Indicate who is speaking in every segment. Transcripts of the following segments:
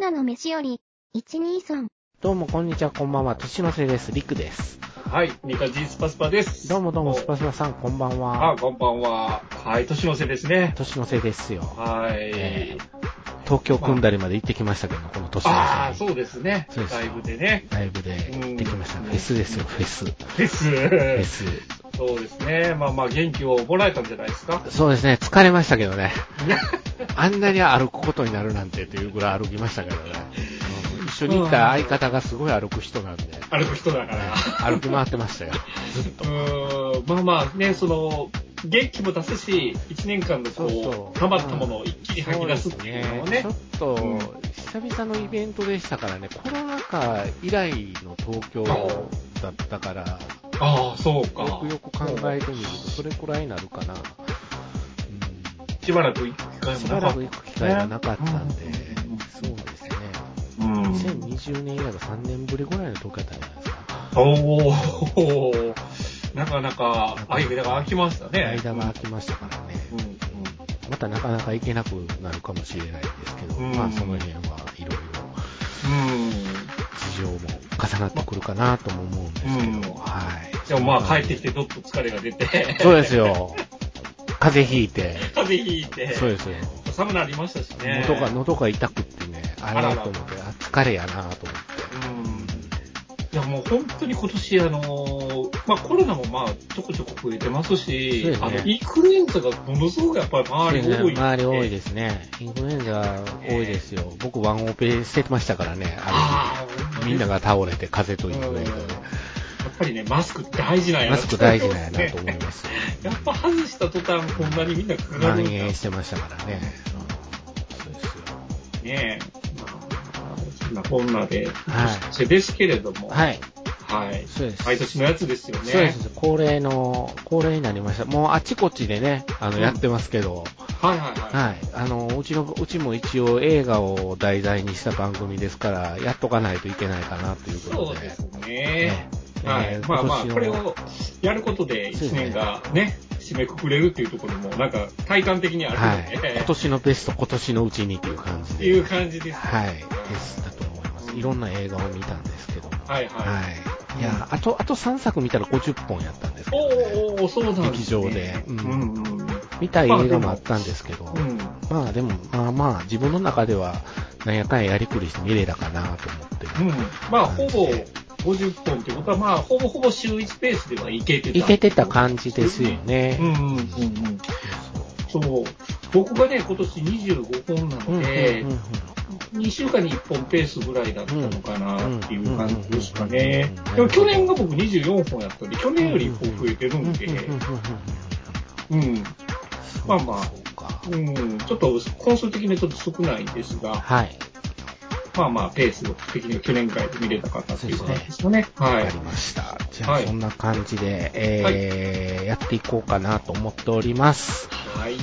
Speaker 1: 女の飯より、123。
Speaker 2: どうも、こんにちは、こんばんは。年の瀬です。りくです。
Speaker 3: はい、ミカジースパスパです。
Speaker 2: どうもどうも、スパ
Speaker 3: ス
Speaker 2: スパさん、こんばん
Speaker 3: パ。
Speaker 2: は
Speaker 3: あ、。こんばんは。はい、年の瀬ですね。
Speaker 2: 年の瀬ですよ。
Speaker 3: はい。
Speaker 2: え東京組んだりまで行ってきましたけど、この年の
Speaker 3: ああ、
Speaker 2: 瀬に。
Speaker 3: そうですね
Speaker 2: そう。です
Speaker 3: ライブでね。
Speaker 2: ライブで行ってきました。
Speaker 3: うん
Speaker 2: フェスですよ、フェス。フ
Speaker 3: フェス。
Speaker 2: ェス。
Speaker 3: そうですね。まあまあ、元気をもらえたんじゃないですか。
Speaker 2: そうですね、疲れましたけど ね。あんなに歩くことになるなんてっていうぐらい歩きましたけどね。うん一緒に行った相方がすごい歩く人なんで、
Speaker 3: 歩く人だから。
Speaker 2: 歩き回ってましたよ。
Speaker 3: うーん、まあまあね、その、元気も出すし、一年間の
Speaker 2: そうそ
Speaker 3: こ
Speaker 2: う
Speaker 3: う、溜まったものを一気に吐き出すっていうのをね
Speaker 2: そう。ですねちょっと、久々のイベントでしたからね、コロナ禍以来の東京だったから、
Speaker 3: ああ、そうか。
Speaker 2: よくよく考えてみると、それくらいになるかな。う
Speaker 3: しばらく行く機
Speaker 2: ん、
Speaker 3: 会
Speaker 2: し
Speaker 3: も
Speaker 2: ば
Speaker 3: なからった
Speaker 2: く行く機会がなかったんで、そうですね。
Speaker 3: うん
Speaker 2: 2020年以来が3年ぶりぐらいの東京だったんじゃないですか。
Speaker 3: おお、 なかなか、間が空きましたね。
Speaker 2: 間が空きましたからね。
Speaker 3: うんうん
Speaker 2: またなかなか行けなくなるかもしれないですけど、
Speaker 3: うん
Speaker 2: まあその辺はいろいろ事情も重なってくるかなとも思うんですけど、
Speaker 3: うん
Speaker 2: はい。
Speaker 3: でもまあ帰ってきてどっと疲れが出て、
Speaker 2: そうですよ。風邪ひいて、
Speaker 3: 風邪ひいて、
Speaker 2: そうですよ。
Speaker 3: 寒なりましたしね。
Speaker 2: 喉が、喉が痛くってね、あ
Speaker 3: あ
Speaker 2: れ
Speaker 3: ら
Speaker 2: と
Speaker 3: ら
Speaker 2: 思って、あ、疲れやなと思って。
Speaker 3: うん。いやもう本当に今年あのーまあコロナもまあちょこちょこ増えてますし、
Speaker 2: そうですね
Speaker 3: あの、インフルエンザがものすごくやっぱり周り多い。
Speaker 2: 周り多いですね。インフルエンザ多いですよ。僕ワンオペしてましたからね、あ
Speaker 3: あ
Speaker 2: の
Speaker 3: あ、
Speaker 2: みんなが倒れて風邪とインフルエンザ
Speaker 3: うん
Speaker 2: で。
Speaker 3: やっぱりね、マスク大事なんやな
Speaker 2: マスク大事なんやなと思い ます。
Speaker 3: やっぱ外した途端こんなにみんなかかるんだ
Speaker 2: 蔓延してましたからね。そうですよ。
Speaker 3: ねえ、まあ、そんなこんなで、
Speaker 2: はい
Speaker 3: そしてですけれども、
Speaker 2: はい、
Speaker 3: はい。
Speaker 2: そうです。
Speaker 3: 毎年のやつですよね。
Speaker 2: そうです。恒例の、恒例になりました。もうあちこちでね、あの、
Speaker 3: うん
Speaker 2: やってますけど、
Speaker 3: はいはいは
Speaker 2: はい。あの、うちの、うちも一応映画を題材にした番組ですから、やっとかないといけないかなという
Speaker 3: い。
Speaker 2: こ
Speaker 3: そ
Speaker 2: と
Speaker 3: う
Speaker 2: で。
Speaker 3: です
Speaker 2: ね
Speaker 3: ね。はい。
Speaker 2: えー
Speaker 3: まあまあ、
Speaker 2: 今
Speaker 3: こ
Speaker 2: 年
Speaker 3: れ
Speaker 2: の
Speaker 3: をやることで一年がね、締めくくれるっていうところも、なんか体感的にあ
Speaker 2: は
Speaker 3: るの
Speaker 2: い。
Speaker 3: で、
Speaker 2: 今年のベスト、今年のうちにっていう感じ
Speaker 3: っ
Speaker 2: で。
Speaker 3: ていう感じです。
Speaker 2: はい。でしたと思います。いろんな映画を見たんですけども。は
Speaker 3: はいはい。
Speaker 2: い。いや、あと、あと3作見たら50本やったんですけ
Speaker 3: お
Speaker 2: ど、ね。
Speaker 3: ーおーそうなんです、ね。
Speaker 2: 劇場でう
Speaker 3: うんんうん。
Speaker 2: 見たい映画もあったんですけど。
Speaker 3: うん。
Speaker 2: まあでも、まあまあ、自分の中では、なんやかんややりくりして見れたかなと思って。
Speaker 3: うん。まあ、ほぼ50本ってことは、まあ、ほぼほぼ週1ペースではいけてた。
Speaker 2: いけてた感じですよね。
Speaker 3: うんうんうんうん。そう。僕がね、今年25本な
Speaker 2: うんうんう
Speaker 3: の
Speaker 2: ん
Speaker 3: で
Speaker 2: うん、
Speaker 3: 2週間に1本ペースぐらいだったのかなっていう感じですかね
Speaker 2: うんうんうん。
Speaker 3: でも去年が僕24本やったんで、去年より1本増えてる
Speaker 2: うんうんん
Speaker 3: で
Speaker 2: うん、うん
Speaker 3: うん。まあまあ
Speaker 2: そうか。
Speaker 3: うん、ちょっと本数的にちょっと少ないんですが、
Speaker 2: はい。
Speaker 3: まあまあペース的には去年ぐらいで見れたかなっていう感じですかね。は
Speaker 2: わ
Speaker 3: い
Speaker 2: か。りました。じゃあ、
Speaker 3: はい
Speaker 2: そんな感じで、えー、やっていこうかなと思っております。
Speaker 3: はい。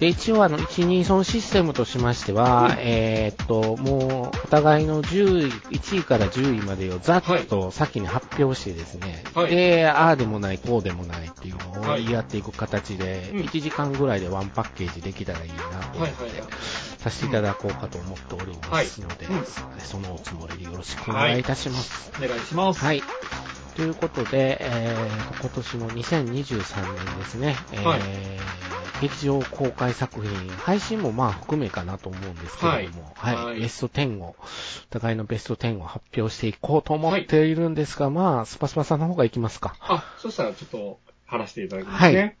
Speaker 2: で、一応あの、123システムとしましては、えーっと、もう、お互いの10位、1位から10位までをざっと先に発表してですね、
Speaker 3: はい
Speaker 2: で、ああでもない、こうでもないっていうのを
Speaker 3: はい
Speaker 2: 言い合っていく形で、
Speaker 3: うん
Speaker 2: 1時間ぐらいでワンパッケージできたらいいなと思
Speaker 3: は
Speaker 2: っ
Speaker 3: い
Speaker 2: て、
Speaker 3: はいはい。
Speaker 2: させていただこうかと思っておりますので、
Speaker 3: はいうん
Speaker 2: そのおつもりでよろしくお願いいたします。
Speaker 3: お願いします。
Speaker 2: はい。ということで、えー、今年の2023年ですね、えー
Speaker 3: はい
Speaker 2: 劇場公開作品、配信もまあ含めかなと思うんですけれども、は
Speaker 3: はいい、はい
Speaker 2: ベスト10を、お互いのベスト10を発表していこうと思っているんですが、まあ、スパスパさんの方がいきますか。
Speaker 3: あ、そしたらちょっと、貼らせていただきますね。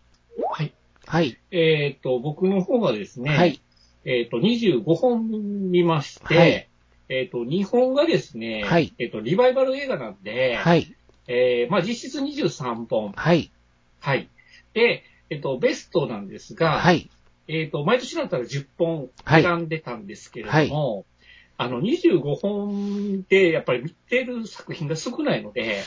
Speaker 3: はい。
Speaker 2: はい。
Speaker 3: えっ、と、僕の方がですね、
Speaker 2: はい。
Speaker 3: えっ、と、25本見まして、
Speaker 2: はい
Speaker 3: えっ、と、2本がですね、
Speaker 2: はい
Speaker 3: えっ、と、リバイバル映画なんで、
Speaker 2: はい。
Speaker 3: えーまあ実質23本。
Speaker 2: はい。
Speaker 3: はい。で、えっ、と、ベストなんですが、
Speaker 2: はい。
Speaker 3: えっ、と、毎年だったら10本
Speaker 2: はい
Speaker 3: 選んでたんですけれども、あの、25本でやっぱり見てる作品が少ないので、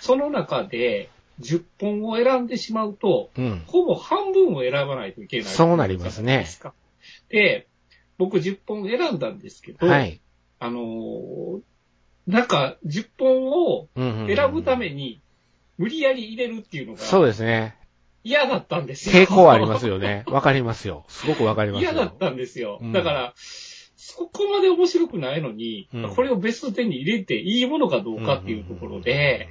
Speaker 3: その中で10本を選んでしまうと、
Speaker 2: うん。
Speaker 3: ほぼ半分を選ばないといけない。
Speaker 2: そうなりますね。
Speaker 3: で、僕10本選んだんですけど、
Speaker 2: はい。
Speaker 3: あのーなんか10本を選ぶため
Speaker 2: に。
Speaker 3: に無理やり入れるっていうの
Speaker 2: そう
Speaker 3: が
Speaker 2: ですね。
Speaker 3: 嫌だったんですよ。
Speaker 2: 抵 抗ありますよね。わかりますよ。すごくわかりますよ。
Speaker 3: 嫌だったんですよ
Speaker 2: うん。
Speaker 3: だから、そこまで面白くないのに、
Speaker 2: うん
Speaker 3: これをベスト10に入れていいものかどうかっていうところで、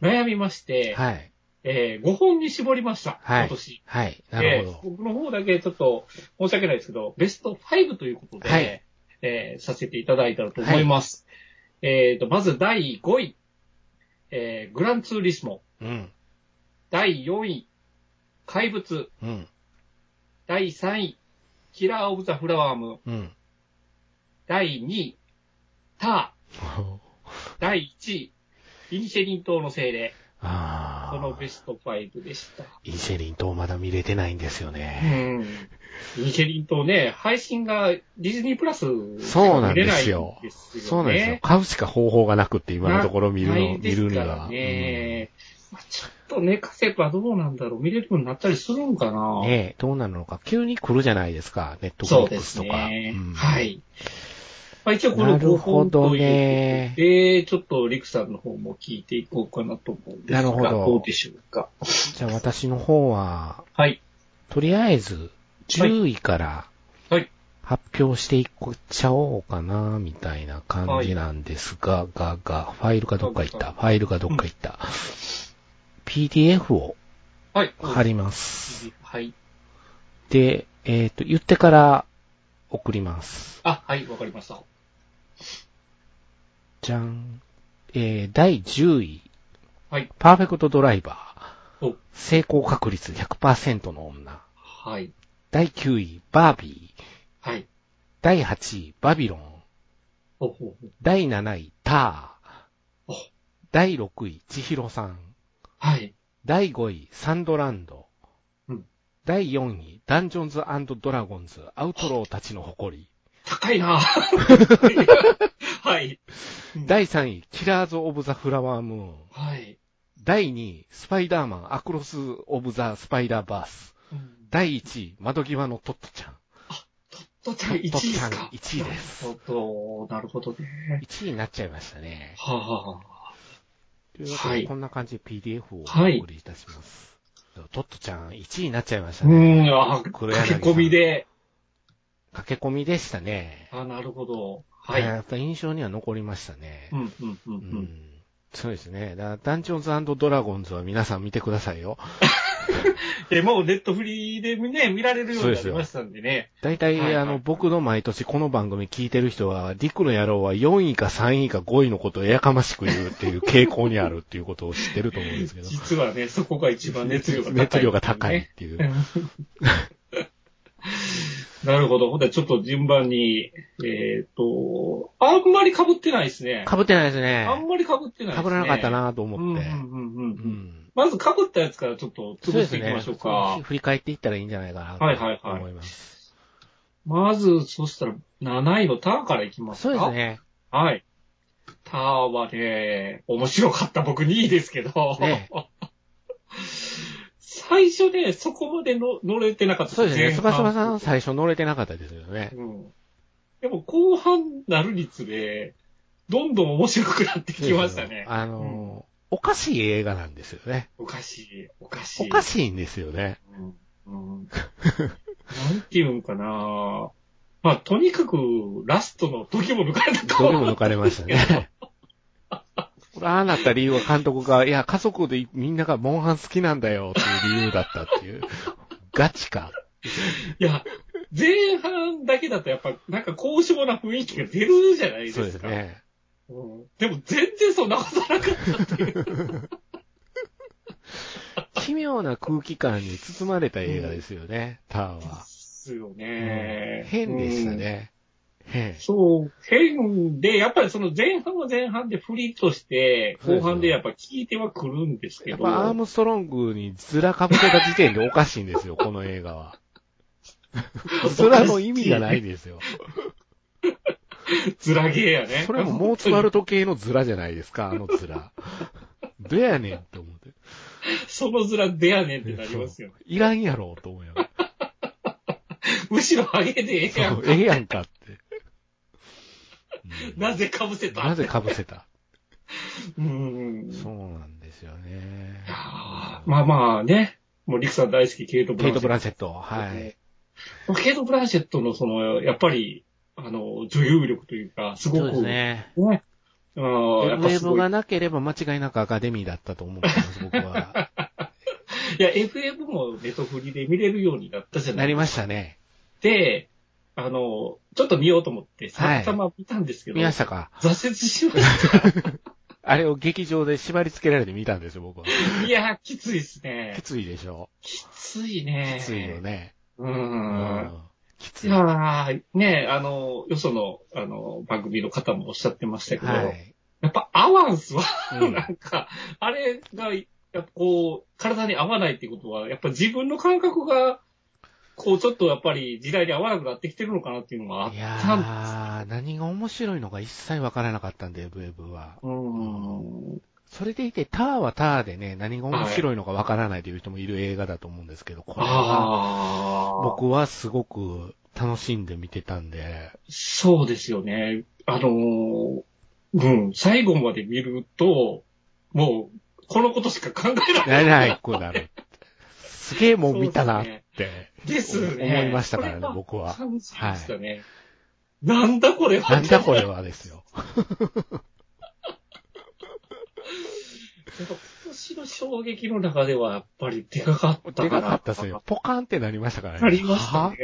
Speaker 3: 悩みまして、
Speaker 2: はい。
Speaker 3: えー5本に絞りました、
Speaker 2: はい
Speaker 3: 今年。
Speaker 2: はい。な
Speaker 3: で
Speaker 2: るほ
Speaker 3: 僕の方だけちょっと申し訳ないですけど、ベスト5ということで、
Speaker 2: はい
Speaker 3: えーさせていただいたらと思います。えっ、と、まず第5位、えーグランツーリスモ、
Speaker 2: ど。うん。
Speaker 3: 第4位、怪物、
Speaker 2: うん。
Speaker 3: 第3位、キラー・オブ・ザ・フラワーム、
Speaker 2: うん。
Speaker 3: 第2位、ター、第1位、イニシェリン島の精霊、
Speaker 2: あ
Speaker 3: この
Speaker 2: あ
Speaker 3: ベ。スト5でした。
Speaker 2: イシェリン島まだ見れてないんですよ
Speaker 3: う
Speaker 2: ね。
Speaker 3: ん。イニシェリン島ね、配信がディズニープラスし
Speaker 2: そう
Speaker 3: か
Speaker 2: なん
Speaker 3: 見れ
Speaker 2: で
Speaker 3: ないんです
Speaker 2: す
Speaker 3: よ
Speaker 2: よ。
Speaker 3: ね。
Speaker 2: そうなんですよ。買うしか方法がなくって、今のところ見る
Speaker 3: な
Speaker 2: の、
Speaker 3: ないで
Speaker 2: 見
Speaker 3: す
Speaker 2: るに
Speaker 3: から
Speaker 2: は。うんね
Speaker 3: ね、まあちょっとね、カセットはどうなんだろう。見れるようになったりするんかな。
Speaker 2: え、どうなるのか。急に来るじゃないですか。ネットフ
Speaker 3: そ
Speaker 2: リ
Speaker 3: う
Speaker 2: ッ
Speaker 3: で
Speaker 2: クス
Speaker 3: す
Speaker 2: とか。
Speaker 3: ね。
Speaker 2: うん
Speaker 3: はい。まあ、一応この5本という
Speaker 2: なる
Speaker 3: こと
Speaker 2: ほど
Speaker 3: で、ちょっとリクさんの方も聞いていこうかなと思うんです
Speaker 2: な
Speaker 3: が、
Speaker 2: るほど
Speaker 3: どうでしょうか。
Speaker 2: じゃあ私の方は、
Speaker 3: はい。
Speaker 2: とりあえず、10位から
Speaker 3: はい。
Speaker 2: 発表していっちゃおうかな、みたいな感じなんですが、が、が、ファイルがどっか行った。ファイルがどっか行った。PDF を
Speaker 3: はい。
Speaker 2: 貼ります。
Speaker 3: はい。
Speaker 2: で、えっ、と、言ってから送ります。
Speaker 3: あ、はい、わかりました。
Speaker 2: じゃん。えー、第10位、
Speaker 3: はい。
Speaker 2: パーフェクトドライバー
Speaker 3: お。
Speaker 2: 成功確率100%の女。
Speaker 3: はい。
Speaker 2: 第9位、バービー。
Speaker 3: はい。
Speaker 2: 第8位、バビロン。
Speaker 3: ほうほう
Speaker 2: 第7位、タ
Speaker 3: ほう。
Speaker 2: ー。第6位、千尋さん。
Speaker 3: はい。
Speaker 2: 第5位、サンドランド。
Speaker 3: うん
Speaker 2: 第4位、ダンジョンズドラゴンズ、アウトローたちの誇り。
Speaker 3: 高 いな はい。
Speaker 2: 第3位、キラーズ・オブ・ザ・フラワームーン。
Speaker 3: はい。
Speaker 2: 第2位、スパイダーマン、アクロス・オブ・ザ・スパイダーバース。
Speaker 3: うん
Speaker 2: 第1位、窓際のトットちゃん。
Speaker 3: とっちゃん1位です
Speaker 2: とっ
Speaker 3: か
Speaker 2: ちゃん1位です
Speaker 3: なるほど、なるほどね。
Speaker 2: 1位になっちゃいましたね。
Speaker 3: はあ、は
Speaker 2: というわけで、
Speaker 3: はい
Speaker 2: こんな感じで PDF をお
Speaker 3: はい
Speaker 2: 送りいたします。トットちゃん1位になっちゃいまし
Speaker 3: あ、
Speaker 2: た
Speaker 3: う
Speaker 2: ね。
Speaker 3: ん、あ、
Speaker 2: 黒柳
Speaker 3: 駆
Speaker 2: さ
Speaker 3: け
Speaker 2: ん
Speaker 3: 込みで。
Speaker 2: 駆け込みでしたね。
Speaker 3: あ、なるほど。はい。
Speaker 2: やっぱ印象には残りましたね
Speaker 3: う。ん、うん、うん、う。
Speaker 2: うんんそうですね。だからダンジョンズドラゴンズは皆さん見てくださいよ。
Speaker 3: で、もうネットフリーでね、見られるようになりましたんでね。
Speaker 2: 大体、
Speaker 3: はいはい
Speaker 2: あの、僕の毎年この番組聞いてる人は、リクの野郎は4位か3位か5位のことをやかましく言うっていう傾向にあるっていうことを知ってると思うん ですけど。
Speaker 3: 実はね、そこが一番熱量が高い、
Speaker 2: 熱量が高いっ
Speaker 3: ね。
Speaker 2: ていう。
Speaker 3: なるほど。ほんで、ちょっと順番に、えっ、と、あんまり被ってないですね。
Speaker 2: 被ってないです
Speaker 3: あん
Speaker 2: ね。
Speaker 3: まり被ってないです
Speaker 2: 被
Speaker 3: ね。
Speaker 2: らなかったなと
Speaker 3: う
Speaker 2: 思
Speaker 3: ん、うん、
Speaker 2: っ
Speaker 3: うん
Speaker 2: て。
Speaker 3: うん、う。
Speaker 2: うんん。
Speaker 3: まず被ったやつからちょっと
Speaker 2: そう
Speaker 3: 潰
Speaker 2: で
Speaker 3: して
Speaker 2: す
Speaker 3: いき
Speaker 2: ね。
Speaker 3: ましょうか。
Speaker 2: 振り返っていったらいいんじゃないかな
Speaker 3: はいはい
Speaker 2: と
Speaker 3: はい
Speaker 2: 思います。
Speaker 3: まず、そしたら7位のターンからいきますか。
Speaker 2: そうですね。
Speaker 3: はい。タワーはね、面白かった僕2位ですけど、
Speaker 2: ね
Speaker 3: 最初ね、そこまでの乗れてなかった
Speaker 2: そうですね。
Speaker 3: 前
Speaker 2: ス
Speaker 3: 半
Speaker 2: バスバさん最初乗れてなかったですよね。
Speaker 3: うん。でも後半なるにつれ、どんどん面白くなってきましたね。
Speaker 2: あのー、おかしい映画なんですよね。
Speaker 3: おかしい、おかし
Speaker 2: お
Speaker 3: い。
Speaker 2: かしいんですよね。
Speaker 3: うんうん、なんていうんかなまあ、とにかく、ラストの時も抜かれた
Speaker 2: ど
Speaker 3: と
Speaker 2: れも抜かれましたね。 これ、ああなった理由は監督が、いや、家族でみんながモンハン好きなんだよっていう理由だったっていう。ガチか。
Speaker 3: いや、前半だけだとやっぱ、なんか高尚な雰囲気が出るじゃないですか。
Speaker 2: そうですね。
Speaker 3: うんでも全然そんなことなかったっていう。
Speaker 2: 奇妙な空気感に包まれた映画ですよね、タワーは。
Speaker 3: ですよね。
Speaker 2: 変でしたね。変
Speaker 3: うん。。そう、変で、やっぱりその前半は前半でフリーとして、後半でやっぱ聞いてはくるんですけ
Speaker 2: やっ
Speaker 3: ど、
Speaker 2: ぱアームストロングにズラかぶせた時点でおかしいんですよ、この映画は。ズラの意味がないですよ。
Speaker 3: ずらゲーやね。
Speaker 2: それもモーツァルト系のズラじゃないですか、あのズラ。どやねんって思って。
Speaker 3: そのずらでやねんってなりますよね。
Speaker 2: いらんやろ、と思うよ。
Speaker 3: むしろハゲでええや
Speaker 2: そ
Speaker 3: ん
Speaker 2: う。ええやんかって。うん
Speaker 3: なぜ被せた
Speaker 2: なぜ被せた
Speaker 3: うん。
Speaker 2: そうなんですよね
Speaker 3: い。やーまあまあね。もうリクさん大好き、ケイト・ブ
Speaker 2: ケ
Speaker 3: ラ
Speaker 2: イ
Speaker 3: ン
Speaker 2: ト・ブ
Speaker 3: シェット。
Speaker 2: ランセット、はい。
Speaker 3: ケイト・ブランシェットのその、やっぱり、あの、女優力というか、すごく、
Speaker 2: そうですね。
Speaker 3: ね。うん
Speaker 2: ウ、
Speaker 3: やっぱ
Speaker 2: ェ
Speaker 3: す
Speaker 2: ブ
Speaker 3: ごい。
Speaker 2: がなければ間違いなくアカデミーだったと思ってます、僕は。
Speaker 3: いや、FM もネットフリで見れるようになったじゃな
Speaker 2: ないりましたね。
Speaker 3: で、あの、ちょっと見ようと思って、
Speaker 2: は
Speaker 3: さ
Speaker 2: い
Speaker 3: たま見たんですけど、
Speaker 2: 見ましたか
Speaker 3: 挫折しました。
Speaker 2: あれを劇場で縛り付けられて見たんですよ、僕は。
Speaker 3: いや、きついですね
Speaker 2: き。ついでしょ
Speaker 3: きついね。
Speaker 2: きついよね。
Speaker 3: う。
Speaker 2: うんん。きつ
Speaker 3: い
Speaker 2: い。
Speaker 3: や
Speaker 2: は
Speaker 3: ーねあの、よその、あの、番組の方もおっしゃってましたけど、
Speaker 2: い。
Speaker 3: やっぱアワンスは、
Speaker 2: うん
Speaker 3: なんか、あれが、やっぱこう、体に合わないってことは、やっぱ自分の感覚が、こう、ちょっとやっぱり時代に合わなくなってきてるのかなっていうのがあっ
Speaker 2: い
Speaker 3: たんです
Speaker 2: やー、何が面白いのか一切わからなかったんで、ウェブは。
Speaker 3: うーん。
Speaker 2: それでいて、ターはターでね、何が面白いのかわからないという人もいる映画だと思うんですけど、これは
Speaker 3: ああ。
Speaker 2: 僕はすごく楽しんで見てたんで、
Speaker 3: そうですよね。あのーうん、最後まで見ると、もう、このことしか考えない。
Speaker 2: なれない子だろう。すげえもん見たなっ
Speaker 3: そうで
Speaker 2: て
Speaker 3: ですね。
Speaker 2: 思いましたからね、僕は。
Speaker 3: 感じましたね。なんだこれは。
Speaker 2: なんだこれはですよ。
Speaker 3: やっぱ今年の衝撃の中では、やっぱりでかかったか
Speaker 2: で
Speaker 3: ら。
Speaker 2: かかったっすよ。。ポカンってなりましたからね。
Speaker 3: ありましたね
Speaker 2: は。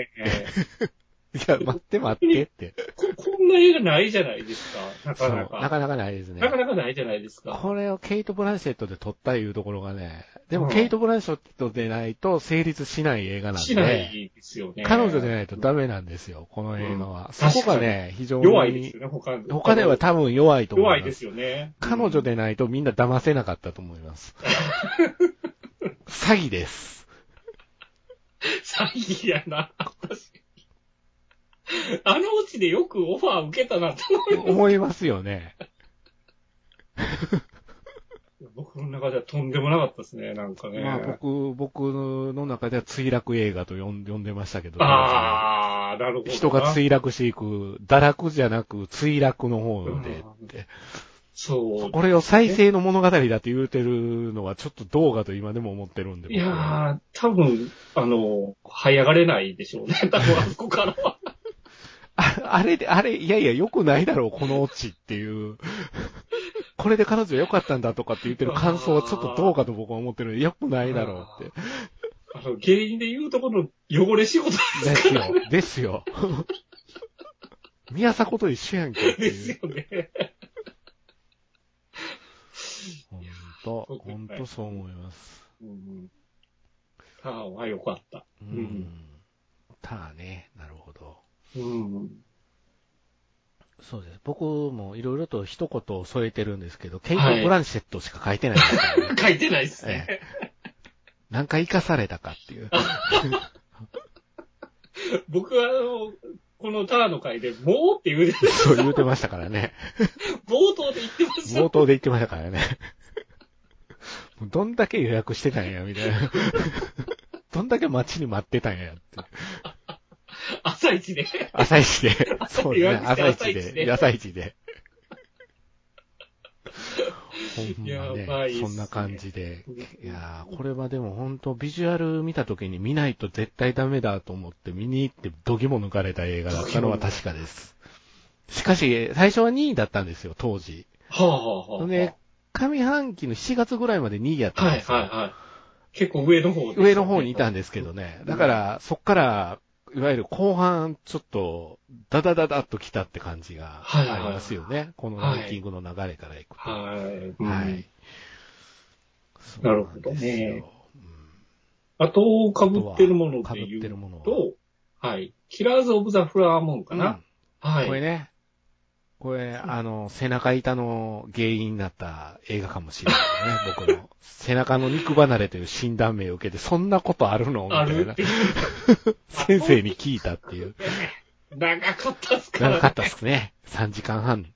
Speaker 2: いや、待って待ってって。
Speaker 3: ここんな映画ないじゃないですか。な
Speaker 2: そう
Speaker 3: かなか。
Speaker 2: なかなかないですね
Speaker 3: な。かなかないじゃないですか。
Speaker 2: これをケイト・ブランシェットで撮ったいうところがね、で
Speaker 3: う
Speaker 2: も
Speaker 3: ん
Speaker 2: ケイト・ブランシェットでないと成立しない映画なん
Speaker 3: しな
Speaker 2: で、
Speaker 3: いですよね。
Speaker 2: 彼女でないとダメなんですよ、この映画は。そ
Speaker 3: うん
Speaker 2: こがね、非常に。
Speaker 3: 弱いですよね、他の
Speaker 2: 他では多分弱いと思います。
Speaker 3: 弱いですよね。
Speaker 2: 彼女でないとみんな騙せなかったと思います。詐欺です。
Speaker 3: 詐欺やな、私。あのうちでよくオファー受けたなと
Speaker 2: 思いますよね。
Speaker 3: 僕の中ではとんでもなかったですね、なんかね。
Speaker 2: まあ僕、僕の中では墜落映画と呼ん呼んでましたけど。
Speaker 3: あー、なるほどな。
Speaker 2: 人が墜落していく、堕落じゃなく墜落の方でって。
Speaker 3: そう。
Speaker 2: これを再生の物語だって言うてるのはちょっとどうかと今でも思ってるんで。
Speaker 3: いやー、多分、あの、這い上がれないでし ょうね。多分、あそこからは。
Speaker 2: ああれで、あれ、いやいや、良くないだろう、このオチっていう。 これで彼女良かったんだとかって言ってる感想はちょっとどうかと僕は思ってるんで、良くないだろうって。
Speaker 3: あの、原因で言うとこの汚れ仕事で
Speaker 2: ですす
Speaker 3: から
Speaker 2: よ。ですよ。宮迫と一緒やんけって
Speaker 3: です
Speaker 2: い
Speaker 3: よ
Speaker 2: う。
Speaker 3: ね。
Speaker 2: ほんと、ほんとそう思います。
Speaker 3: うん。ターンは良かった。
Speaker 2: う。
Speaker 3: うん
Speaker 2: ただね、なるほど。
Speaker 3: うん。
Speaker 2: そうです。僕もいろいろと一言を添えてるんですけど、ケイ
Speaker 3: は
Speaker 2: ト・
Speaker 3: い
Speaker 2: ブランシェットしか書いてないんですよ ね。
Speaker 3: 書いてないですね。
Speaker 2: ええ何回生かされたかっていう。
Speaker 3: 僕は、あの、このターンの回で、もうっ て言う、
Speaker 2: そう言うてましたからね。
Speaker 3: 冒頭で言ってました。
Speaker 2: 冒頭で言ってましたからね。もうどんだけ予約してたんや、みたいな。どんだけ待ちに待ってたんやって。
Speaker 3: 朝一で。
Speaker 2: 朝一で。そうですね。
Speaker 3: 朝
Speaker 2: 朝
Speaker 3: 一
Speaker 2: 一
Speaker 3: で
Speaker 2: で。朝一で。ほんま
Speaker 3: やばい
Speaker 2: ね
Speaker 3: っすね
Speaker 2: そんな感じで。いやーこれはでも本当ビジュアル見た時に見ないと絶対ダメだと思って見に行って度肝抜かれた映画だったのは確かです。しかし、最初は2位だったんですよ、当時。
Speaker 3: はあ、はあはあ、
Speaker 2: で、上半期の7月ぐらいまで2位やったん
Speaker 3: はい
Speaker 2: ですよ。
Speaker 3: はいはい。結構上の方ですよね
Speaker 2: 上の方にいたんですけどね。だから、そっから、いわゆる後半、ちょっと、ダダダダっと来たって感じが
Speaker 3: はいはい
Speaker 2: ありますよね。このランキングの流れからいくと。
Speaker 3: はい。うん
Speaker 2: はい。
Speaker 3: なるほ
Speaker 2: そうな
Speaker 3: どね
Speaker 2: んですよ。
Speaker 3: あと、被
Speaker 2: うん
Speaker 3: ってるもの
Speaker 2: あとは
Speaker 3: で
Speaker 2: 被
Speaker 3: 言
Speaker 2: ってる
Speaker 3: う
Speaker 2: もの
Speaker 3: と、はい。キラーズ・オブ・ザ・フラワーモンか
Speaker 2: うん
Speaker 3: な、はい。
Speaker 2: これね、これ、あの、背中痛の原因になった映画かもしれない ね、僕の。背中の肉離れという診断名を受けて、そんなことあるのみ
Speaker 3: あ
Speaker 2: たい
Speaker 3: る
Speaker 2: な
Speaker 3: っ。ていう。
Speaker 2: 先生に聞いたっていう。
Speaker 3: 長かったっすから、ね。
Speaker 2: 長かったっすね。3時間半。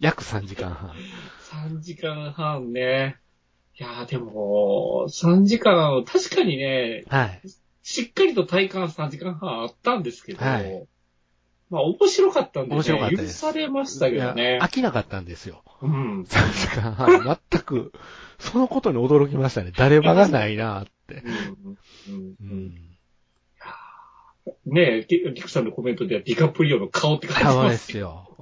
Speaker 2: 約3時間半。
Speaker 3: 3時間半ね。いやーでも、3時間、確かにね、
Speaker 2: はい。
Speaker 3: しっかりと体感3時間半あったんですけど、
Speaker 2: はい
Speaker 3: まあ面白かったんで,、ね、
Speaker 2: 面白かったです
Speaker 3: 許されましたけど
Speaker 2: い
Speaker 3: ね
Speaker 2: や。飽きなかったんですよ。
Speaker 3: うん。
Speaker 2: 3時間半。全く、そのことに驚きましたね。誰もがないなって。
Speaker 3: うんうん
Speaker 2: うん。
Speaker 3: ねえ、リリクさんのコメントではディカプリオの顔って書いて
Speaker 2: 顔
Speaker 3: ま
Speaker 2: ですすよ。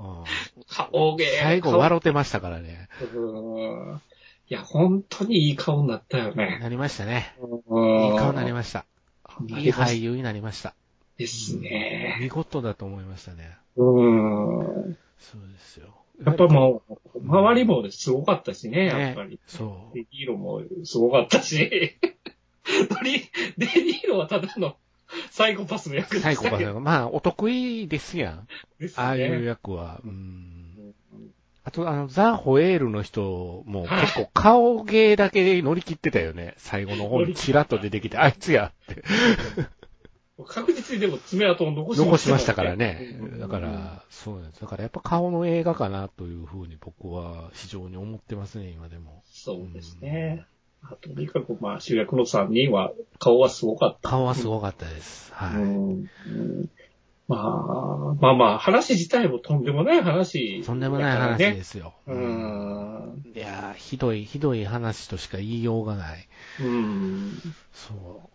Speaker 2: うん
Speaker 3: 顔芸。
Speaker 2: 最後笑ってましたからね。
Speaker 3: 顔うんいや、本当にいい顔になったよね。
Speaker 2: なりましたね。
Speaker 3: いい
Speaker 2: いい顔
Speaker 3: 顔
Speaker 2: になりました。
Speaker 3: ないり
Speaker 2: い
Speaker 3: ました
Speaker 2: 俳優になりました。
Speaker 3: ですね。
Speaker 2: 見事だと思いましたね。
Speaker 3: うん。
Speaker 2: そうですよ。
Speaker 3: やっぱもう、周りもすごかったしね、
Speaker 2: ね
Speaker 3: やっぱり。
Speaker 2: そう。
Speaker 3: デニーロもすごかったし。 ドリ、デニーロはただのサイコパスの役で
Speaker 2: サイ
Speaker 3: し
Speaker 2: コ
Speaker 3: た
Speaker 2: パ
Speaker 3: け
Speaker 2: ス
Speaker 3: ど。
Speaker 2: が。まあ、お得意ですやん。
Speaker 3: ですね
Speaker 2: ああいう役は。うん。あと、あの、ザ・ホエールの人も結構顔芸だけで乗り切ってたよね。最後の方にチラッと出てきて、あいつやって
Speaker 3: 確実にでも爪痕を残し
Speaker 2: 残しましたからね
Speaker 3: う。ん
Speaker 2: だから、そうなんです。だからやっぱ顔の映画かなというふうに僕は非常に思ってますね、今でも。
Speaker 3: そうですね。あとにかくまあ主役の3人は顔はすごかった。
Speaker 2: 顔はすごかったです。
Speaker 3: う
Speaker 2: は
Speaker 3: んうんまあ、まあまあ、話自体もとんでもない話、
Speaker 2: い。とんでもない話
Speaker 3: ね。
Speaker 2: ですよ。
Speaker 3: うん。
Speaker 2: いやー、ひどい、ひどい話としか言いようがない。
Speaker 3: うん。
Speaker 2: そ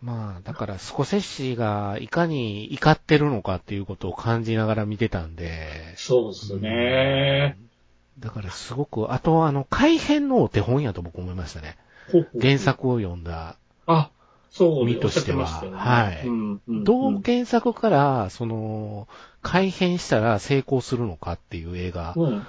Speaker 2: う。まあ、だから、スコセッシがいかに怒ってるのかっていうことを感じながら見てたんで、
Speaker 3: そうですね。
Speaker 2: だからすごく、あと、あの、改編のお手本やと僕思いましたね。
Speaker 3: ほうほう
Speaker 2: 原作を読んだ。
Speaker 3: あ、そう、
Speaker 2: 身としては
Speaker 3: おっゃってましたよね
Speaker 2: はい
Speaker 3: うんうん
Speaker 2: どう原作から、その、改編したら成功するのかっていう映画
Speaker 3: うん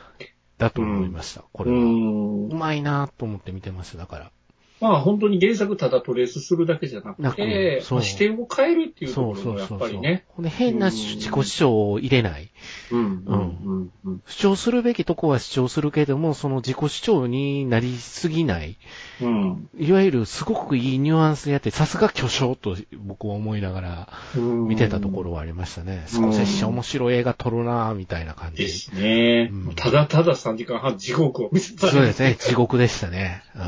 Speaker 2: だと思いました、これ
Speaker 3: う
Speaker 2: は。
Speaker 3: ん
Speaker 2: うまいなと思って見てました、だから。
Speaker 3: まあ本当に原作ただトレースするだけじゃな
Speaker 2: な
Speaker 3: く
Speaker 2: く
Speaker 3: て、
Speaker 2: そう
Speaker 3: まあ視点を変えるっていうと
Speaker 2: そ
Speaker 3: こ
Speaker 2: う
Speaker 3: ろ
Speaker 2: そ
Speaker 3: も
Speaker 2: う
Speaker 3: や
Speaker 2: そ
Speaker 3: っ
Speaker 2: う
Speaker 3: ぱ
Speaker 2: そ
Speaker 3: り
Speaker 2: う。
Speaker 3: ね。
Speaker 2: ほんで変な主自己主張を入れない。
Speaker 3: うんうんうん
Speaker 2: 主張するべきとこは主張するけれども、その自己主張になりすぎない。
Speaker 3: うん
Speaker 2: いわゆるすごくいいニュアンスでやって、さすが巨匠と僕は思いながら
Speaker 3: うん
Speaker 2: 見てたところはありましたね。スコセッシ面白い映画撮るなぁ、みたいな感
Speaker 3: で
Speaker 2: じ。
Speaker 3: すね。
Speaker 2: うん
Speaker 3: ただただ3時間半地獄を見せた。
Speaker 2: そうですすね、地獄でしたね。うん、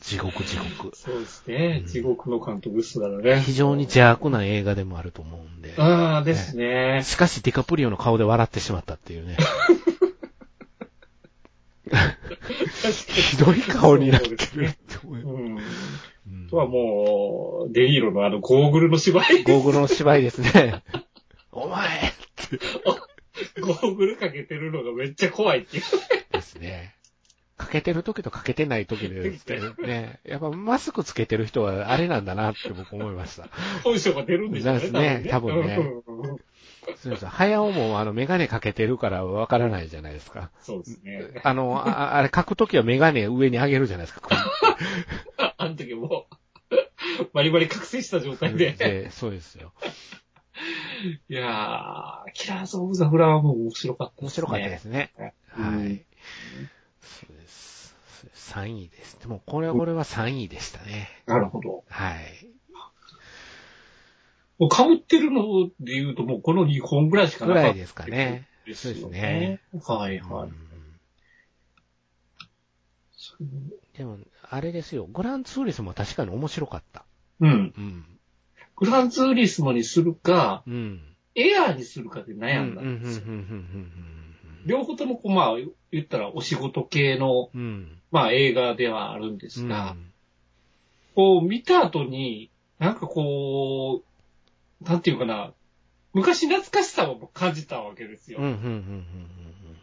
Speaker 2: 地獄地獄。
Speaker 3: そうですね。地獄の監督ですからね。
Speaker 2: 非常に邪悪な映画でもあると思うんで。
Speaker 3: ああ、ですね。
Speaker 2: しかしディカプリオの顔で笑ってしまったっていうね。ひどい顔になってるって思い
Speaker 3: うん。
Speaker 2: うん
Speaker 3: あとはもう、デニーロのあのゴーグルの芝居。
Speaker 2: ゴーグルの芝居ですね。お前
Speaker 3: ゴーグルかけてるのがめっちゃ怖いっていう。
Speaker 2: ですね。かけてる時とかけてない時でですね。やっぱマスクつけてる人はあれなんだなって僕思いました。
Speaker 3: 本性が出るんでしょう
Speaker 2: そうですね多分
Speaker 3: うんうんうん
Speaker 2: そうです早尾もあのメガネかけてるからわからないじゃないですか。
Speaker 3: そうですね。
Speaker 2: あの、ああれ書くときはメガネ上に上げるじゃないですか。
Speaker 3: あの時もう、バリバリ覚醒した状態で。
Speaker 2: でそうですよ。
Speaker 3: いやー、キラーズ・オブ・ザ・フラワーも面白かった
Speaker 2: 面
Speaker 3: ですね。
Speaker 2: 白かったですね。
Speaker 3: うん
Speaker 2: はい。そうです。3位です。でも、これ、これは3位でしたね。
Speaker 3: なるほど。
Speaker 2: はい。
Speaker 3: もう被ってるので言うともうこの2本ぐらいしか
Speaker 2: ぐ
Speaker 3: なからっ
Speaker 2: いですかね。
Speaker 3: たで
Speaker 2: そうで
Speaker 3: す
Speaker 2: す
Speaker 3: よ
Speaker 2: ね
Speaker 3: ね。。はいは
Speaker 2: う
Speaker 3: い。
Speaker 2: ん
Speaker 3: そ
Speaker 2: でも、あれですよ。グランツーリスも確かに面白かった。
Speaker 3: うん。
Speaker 2: うん。
Speaker 3: グランツーリスモにするか、
Speaker 2: うん。
Speaker 3: エアーにするかで
Speaker 2: うんう
Speaker 3: 悩ん
Speaker 2: ん
Speaker 3: だ
Speaker 2: うんうん
Speaker 3: んですよ。
Speaker 2: ん
Speaker 3: 両方ともこう、まあ、言ったらお仕事系の、
Speaker 2: うんうんうん。
Speaker 3: まあ映画ではあるんです
Speaker 2: うん。
Speaker 3: が、こう見た後に、なんかこう、なんていうかな、昔懐かしさを感じたわけですよ。
Speaker 2: うんうんうんうん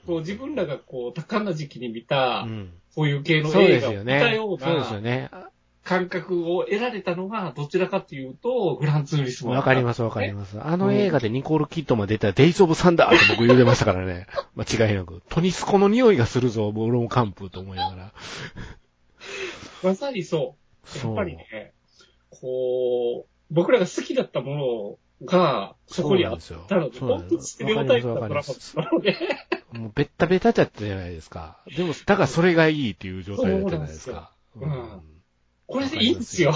Speaker 3: こう自分らがこう、多感な時期に見
Speaker 2: う
Speaker 3: た、
Speaker 2: ん。
Speaker 3: こういう系
Speaker 2: うん
Speaker 3: の
Speaker 2: そう
Speaker 3: 映
Speaker 2: です
Speaker 3: 画を
Speaker 2: よ
Speaker 3: 見た
Speaker 2: ね。
Speaker 3: よう
Speaker 2: そうですよ
Speaker 3: な
Speaker 2: ね。あ
Speaker 3: 感覚を得られたのが、どちらかというと、グランツーリスモだ
Speaker 2: わ
Speaker 3: った
Speaker 2: かりますわかります。あの映画でニコール・キッドも出たデイズ・オブ・サンダーって僕言うてましたからね。間違いなく。トニスコの匂いがするぞ、ボロンカンプと思いながら。
Speaker 3: まさにそう。
Speaker 2: そう。
Speaker 3: やっぱりね、こう、僕らが好きだったものが、そこにあっ
Speaker 2: そうなんです
Speaker 3: た
Speaker 2: よ
Speaker 3: ので、
Speaker 2: そうな
Speaker 3: 本
Speaker 2: ん
Speaker 3: 当
Speaker 2: で
Speaker 3: にス
Speaker 2: す
Speaker 3: テレオタイプな
Speaker 2: わ
Speaker 3: ド
Speaker 2: か
Speaker 3: ラ
Speaker 2: り
Speaker 3: マだ
Speaker 2: ま
Speaker 3: っ
Speaker 2: す
Speaker 3: たので、
Speaker 2: もうベッタベタだったじゃないですか。でも、だからそれがいいっていう状態だったじゃないですか。
Speaker 3: そうなんこれでいいんですよ。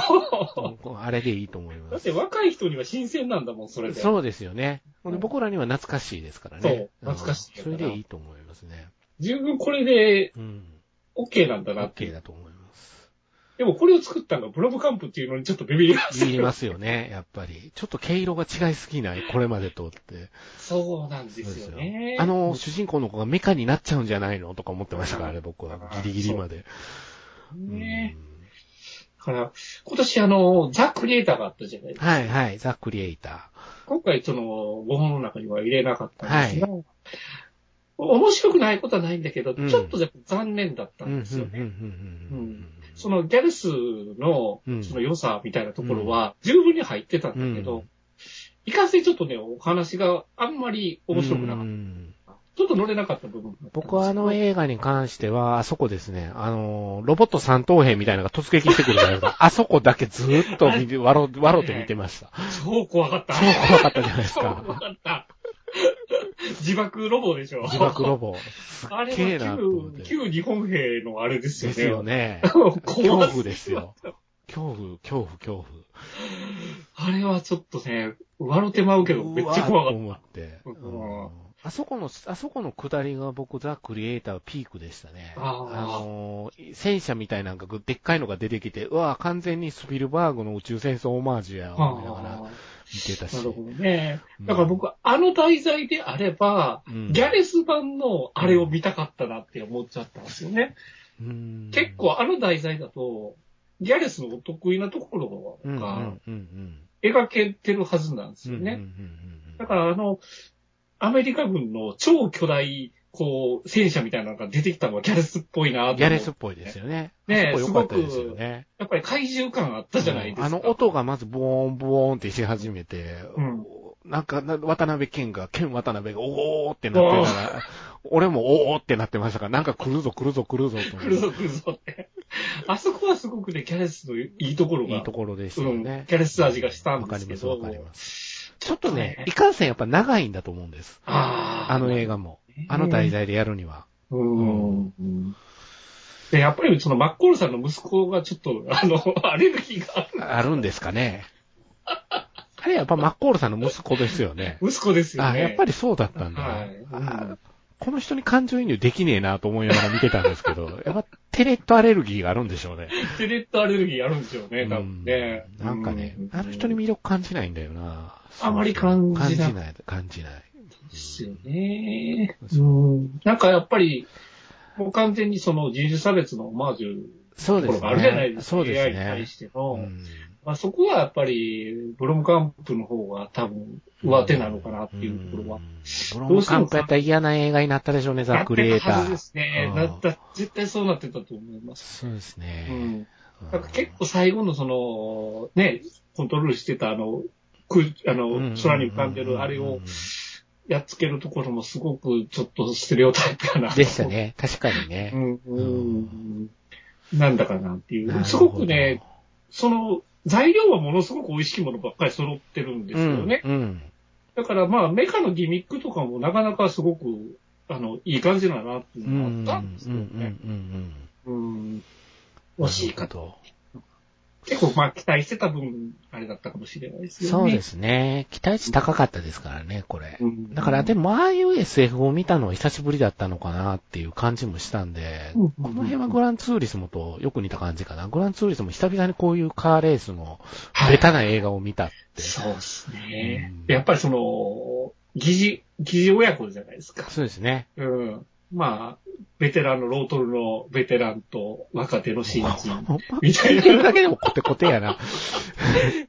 Speaker 2: うんあれでいいと思い
Speaker 3: だ
Speaker 2: ま
Speaker 3: っ
Speaker 2: す。
Speaker 3: て若い人には新鮮なんだもん、それで。
Speaker 2: そうですよね。ほんで僕らには懐かしいですからね。
Speaker 3: そう懐かしい
Speaker 2: うんそれでいいと思いますね。
Speaker 3: 十分これで
Speaker 2: うん。
Speaker 3: OK なんだなってい
Speaker 2: OK
Speaker 3: う。
Speaker 2: だと思います。
Speaker 3: でもこれを作ったのがブロムカンプっていうのにちょっとビビりました
Speaker 2: 見えますよね、やっぱり。ちょっと毛色が違いすぎない、これまでとって。
Speaker 3: そうなんですよ
Speaker 2: そう
Speaker 3: ね。
Speaker 2: あの、主人公の子がメカになっちゃうんじゃないのとか思ってましたからね、僕は。ギリギリまで。
Speaker 3: ね
Speaker 2: うん
Speaker 3: から、今年あの、ザ・クリエイターがあったじゃないですか。
Speaker 2: はいはい、ザ・クリエイタ
Speaker 3: 今回その、5本の中には入れなかったんですが、面白くないことはないんだけど、
Speaker 2: うん
Speaker 3: ちょっとやっぱ残念だった
Speaker 2: ー。うん、うん
Speaker 3: んですよね。、
Speaker 2: うん、うん。う
Speaker 3: うん
Speaker 2: ん
Speaker 3: そのギャルスの
Speaker 2: うん
Speaker 3: その良さみたいなところは十分に入ってたんだけど、いかんせんちょっとね、お話があんまり面白くなか
Speaker 2: う
Speaker 3: っ
Speaker 2: ん
Speaker 3: た。ちょっと乗れなかった部分があったんですけど
Speaker 2: 僕はあの映画に関しては、あそこですね、あの、ロボット三等兵みたいなのが突撃してくるじゃないです か。あそこだけずーっと見て、笑う、笑って見てました。
Speaker 3: 超怖かった。
Speaker 2: 超怖かったじゃないです
Speaker 3: 超怖
Speaker 2: か。
Speaker 3: かった。自爆ロボでしょ。
Speaker 2: 自爆ロボ。す
Speaker 3: あ
Speaker 2: っげ
Speaker 3: れ
Speaker 2: えな
Speaker 3: は
Speaker 2: と思って。
Speaker 3: 旧、旧日本兵のあれですよ
Speaker 2: で
Speaker 3: ね。
Speaker 2: すよね。
Speaker 3: 怖すぎ
Speaker 2: 恐
Speaker 3: ま
Speaker 2: 怖ですよ。恐怖、恐怖、恐
Speaker 3: あれはちょっとね、笑ってまうけど、
Speaker 2: 怖。
Speaker 3: めっちゃ怖か
Speaker 2: うわーと
Speaker 3: っ
Speaker 2: 思って。
Speaker 3: う
Speaker 2: うんんあそこの、あそこの下りが僕、ザ・クリエイターピークでしたね。
Speaker 3: あー
Speaker 2: のー、戦車みたいなんか、でっかいのが出てきて、うわー完全にスピルバーグの宇宙戦争オマージュや、
Speaker 3: た。
Speaker 2: 思いながら
Speaker 3: あー
Speaker 2: 見てたし。
Speaker 3: なるほどね。
Speaker 2: うん
Speaker 3: だから僕、あの題材であれば、
Speaker 2: うん
Speaker 3: ギャレス版のあれを見たかったなって思っちゃったんですよね。
Speaker 2: うん
Speaker 3: 結、構あの題材だと、ギャレスのお得意なところ
Speaker 2: うん、うん、う
Speaker 3: が
Speaker 2: んうん。
Speaker 3: 描けてるはずなんです
Speaker 2: うん
Speaker 3: よ
Speaker 2: うん
Speaker 3: ね。
Speaker 2: うん
Speaker 3: だからあの、アメリカ軍の超巨大、こう、戦車みたいなのが出てきたのはギャレスっぽいなと思う
Speaker 2: ギャレスっぽいですよね。
Speaker 3: ね
Speaker 2: あそこ良かったですよね。
Speaker 3: やっぱり怪獣感あったじゃないですか。
Speaker 2: あの音がまずボーンボーンってし始めて、
Speaker 3: うん
Speaker 2: なんかな渡辺健が、健渡辺がおーってなってたら、俺もおーってなってましたから、なんか来るぞ来るぞ来るぞと思
Speaker 3: 来る
Speaker 2: う。
Speaker 3: ぞ来るぞって。あそこはすごくね、ギャレスのいいところが。
Speaker 2: いいところでした
Speaker 3: う
Speaker 2: よ
Speaker 3: ん、ギ
Speaker 2: ね。
Speaker 3: ャレス味がしたんですけど。
Speaker 2: わかりますわかります。ちょっとね、いかんせんやっぱ長いんだと思うんです。
Speaker 3: ああ。
Speaker 2: あの映画も。あの題材でやるには。
Speaker 3: うん。で、やっぱりそのマッコールさんの息子がちょっと、あの、 アレルギーがある
Speaker 2: あるんですかね。あれやっぱマッコールさんの息子ですよね。
Speaker 3: 息子ですよね。
Speaker 2: あ、やっぱ
Speaker 3: り。
Speaker 2: りそうだったんだ。
Speaker 3: はいうん
Speaker 2: あこの人に感情移入できねえなと思いながら見てたんですけど、やっぱテレットアレルギーがあるんでしょうね。
Speaker 3: テレットアレルギーあるんですよね、多
Speaker 2: う
Speaker 3: 分
Speaker 2: ん
Speaker 3: ね。
Speaker 2: なんかね
Speaker 3: う、ん
Speaker 2: あの人に魅力感じないんだよな。
Speaker 3: あまり感じない
Speaker 2: 感じない、感じない。
Speaker 3: ですよね。うん。なんかやっぱり、もう完全にその人種差別のオマージュ
Speaker 2: そうで
Speaker 3: とこ
Speaker 2: す
Speaker 3: ろ
Speaker 2: ね。
Speaker 3: があるじゃないですか。
Speaker 2: そうです
Speaker 3: AI に対
Speaker 2: ね。
Speaker 3: しての。
Speaker 2: うん
Speaker 3: まあ、そこはやっぱり、ブロムカンプの方が多分、上手なのかなっていうところは
Speaker 2: う。んブロムカンプやったら嫌な映画になったでしょうね、ザ・クリエイタ
Speaker 3: なってたはずで
Speaker 2: ー。
Speaker 3: すね。
Speaker 2: うん
Speaker 3: なった、絶対そうなってたと思います。
Speaker 2: そうです
Speaker 3: う
Speaker 2: ね。
Speaker 3: ん。だから結構最後のその、ね、コントロールしてたあの、空、あの、空に浮かんでるあれをやっつけるところもすごくちょっとステレオタイプかな。
Speaker 2: でした。ね。確かにね
Speaker 3: う。ん、うん。なんだかなってい
Speaker 2: なる
Speaker 3: う。
Speaker 2: ほど
Speaker 3: すごくね、、その、材料はものすごく美味しいものばっかり揃ってるんですよね。
Speaker 2: うんうん
Speaker 3: だからまあ、メカのギミックとかもなかなかすごく、あの、いい感じだなっていうのがあったんですけどね。うん。惜しいかと。
Speaker 2: と。
Speaker 3: 結構まあ、期待してた分、あれだったかもしれないですよね。。
Speaker 2: そうですすね。期待値高かったですからね、これ。
Speaker 3: ん、
Speaker 2: だから、で
Speaker 3: も、
Speaker 2: も、ああいう SF を見たのは久しぶりだったのかなっていう感じもしたんで、
Speaker 3: うん
Speaker 2: この辺はグランツーリスモとよく似た感じかな。グランツーリスモ久々にこういうカーレースの
Speaker 3: はい
Speaker 2: ベタな映画を見たって。
Speaker 3: そうですね。
Speaker 2: うん
Speaker 3: やっぱりその、疑似、疑似親子じゃないですか。
Speaker 2: そうですね。
Speaker 3: うん。まあ、ベテランの、ロートルのベテランと若手の新人。みた い
Speaker 2: 見てる
Speaker 3: な。
Speaker 2: だけでもコテコテやな。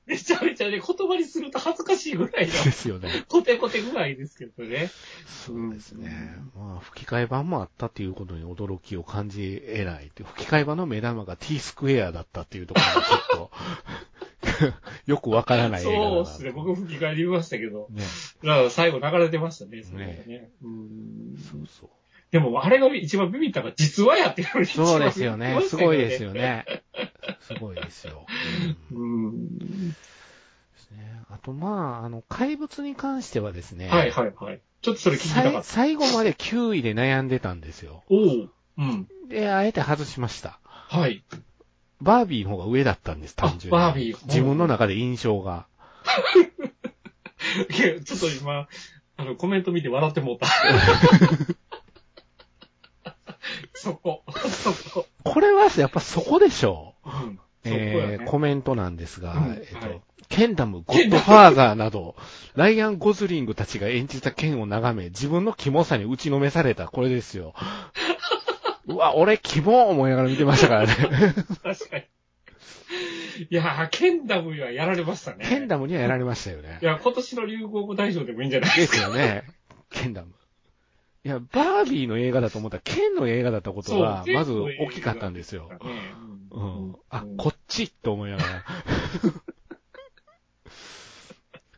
Speaker 3: めちゃめちゃね、言葉にすると恥ずかしいぐらい
Speaker 2: で
Speaker 3: の、
Speaker 2: すよね。
Speaker 3: コテコテぐらいですけどね。
Speaker 2: そうですね。まあ、吹き替え版もあったっていうことに驚きを感じ得ないって。吹き替え版の目玉が T スクエアだったっていうところがちょっと、よ くわからない映画だな
Speaker 3: そうですね。僕吹き替えで見ましたけど、
Speaker 2: ね。
Speaker 3: だから最後流れてましたね、それがね。うん
Speaker 2: そうそう。
Speaker 3: でも、あれが一番ビビったのが実話やっていうのに一番
Speaker 2: そうですよね
Speaker 3: ビビ。って
Speaker 2: す
Speaker 3: ましたけど
Speaker 2: ごいです。よね。すごいですよ。うん
Speaker 3: うん。
Speaker 2: ですねあと、まあ、あの、怪物に関してはですね。
Speaker 3: はいはいはい。ちょっとそれ聞きたか
Speaker 2: さ
Speaker 3: っ
Speaker 2: い
Speaker 3: た。
Speaker 2: 最後まで9位で悩んでたんですよ。
Speaker 3: おう。うん。
Speaker 2: で、あえて外しました。
Speaker 3: はい。
Speaker 2: バービーの方が上だったんです、単純に。
Speaker 3: あバービー
Speaker 2: 自分の中で印象が。
Speaker 3: いやちょっと今、あの、コメント見て笑ってもう た。そこ。そこ。
Speaker 2: これはやっぱそこでしょう。
Speaker 3: うん。そこ
Speaker 2: え
Speaker 3: や
Speaker 2: ー
Speaker 3: ね。
Speaker 2: コメントなんですが、
Speaker 3: うん
Speaker 2: えっと、
Speaker 3: はい
Speaker 2: ケンダム、ゴッドファーザーなど、ライアン・ゴズリングたちが演じた剣を眺め、自分のキモさに打ちのめされた、これです よ。うわ、俺、キモー思いながら見てましたからね。
Speaker 3: 確かに。いやー、ケンダムにはやられましたね。
Speaker 2: ケンダムにはやられましたよね
Speaker 3: い。や、今年の流行語大賞でもいいんじゃない
Speaker 2: ですよね。ケンダム。いや、バービーの映画だと思ったら、ケンの映画だったことが、
Speaker 3: そう
Speaker 2: まず大きかったんですよ。
Speaker 3: ね
Speaker 2: う
Speaker 3: うん
Speaker 2: ん。あ、こっちと思いながら。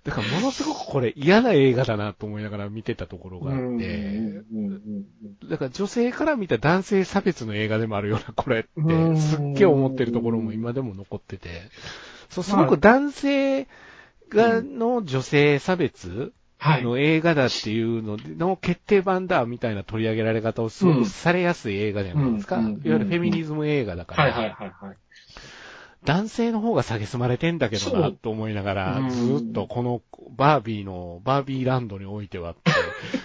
Speaker 2: だから、ものすごくこれ嫌な映画だなと思いながら見てたところがあ
Speaker 3: うん
Speaker 2: っ
Speaker 3: うん
Speaker 2: て、
Speaker 3: うん
Speaker 2: だから女性から見た男性差別の映画でもあるような、これ
Speaker 3: う
Speaker 2: っ
Speaker 3: ん
Speaker 2: て、すっげえ思ってるところも今でも残ってて、そう、すごく男性が、の女性差別
Speaker 3: はい。
Speaker 2: の映画だっていうのの決定版だみたいな取り上げられ方をすごくされやすい映画じゃないですか。
Speaker 3: うんうん
Speaker 2: いわゆるフェミニズム映画だから。
Speaker 3: はいはいはいはい。
Speaker 2: 男性の方が蔑まれてんだけど
Speaker 3: そ
Speaker 2: な
Speaker 3: う
Speaker 2: と思いなが
Speaker 3: う
Speaker 2: ら、
Speaker 3: ん
Speaker 2: ずーっとこのバービーの、バービーランドにおいてはっ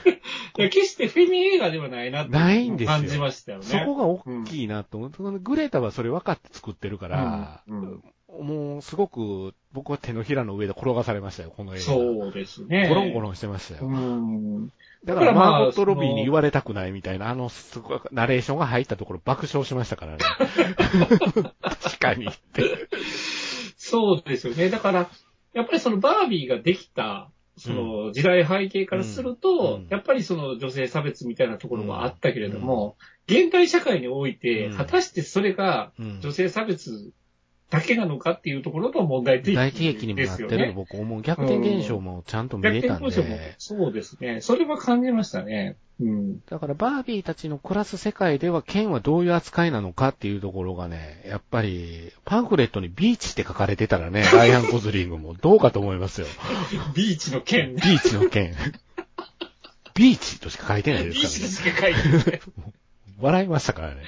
Speaker 2: て、
Speaker 3: いや、決してフェミ映画ではないなって
Speaker 2: ないんですよ
Speaker 3: 感じましたよね。
Speaker 2: そこが大きいなと思って、そのグレータはそれ分かって作ってるから、
Speaker 3: うん
Speaker 2: もうすごく僕は手のひらの上で転がされましたよ、この映画。
Speaker 3: そうですね。
Speaker 2: ゴロンゴロンしてましたよ。
Speaker 3: うん。
Speaker 2: だから
Speaker 3: だからまあ
Speaker 2: マーゴット・ロビ
Speaker 3: そ
Speaker 2: ー
Speaker 3: の
Speaker 2: に言われたくないみたいな、あの、すごいナレーションが入ったところ爆笑しました からね。確かにって。
Speaker 3: そうですよね。だから、やっぱりそのバービーができた、その時代背景からすると、
Speaker 2: うんうん
Speaker 3: やっぱりその女性差別みたいなところもあったけれども、現代社会において、
Speaker 2: うん
Speaker 3: 果たしてそれが
Speaker 2: うん
Speaker 3: 女性差別だけなのかっていうところの問題提起
Speaker 2: 大喜劇にも
Speaker 3: で
Speaker 2: なっ
Speaker 3: す
Speaker 2: て
Speaker 3: よ
Speaker 2: るの
Speaker 3: ね。
Speaker 2: 僕思う。逆転現象もちゃんと見
Speaker 3: 逆
Speaker 2: れ
Speaker 3: 転
Speaker 2: たん
Speaker 3: 交渉も
Speaker 2: で。
Speaker 3: そうですね。それは感じましたね。 うん。
Speaker 2: だからバービーたちの暮らす世界では剣はどういう扱いなのかっていうところがね、やっぱりパンフレットにビーチって書かれてた らね、ライアン・コズリングもどうかと思いますよ。
Speaker 3: ビーチの
Speaker 2: ビ
Speaker 3: 件ね。
Speaker 2: ーチの剣。ビーチとしか書いてない
Speaker 3: ビー
Speaker 2: で
Speaker 3: チ
Speaker 2: す
Speaker 3: で
Speaker 2: からね。
Speaker 3: しか書いてない。
Speaker 2: 笑いましたからね。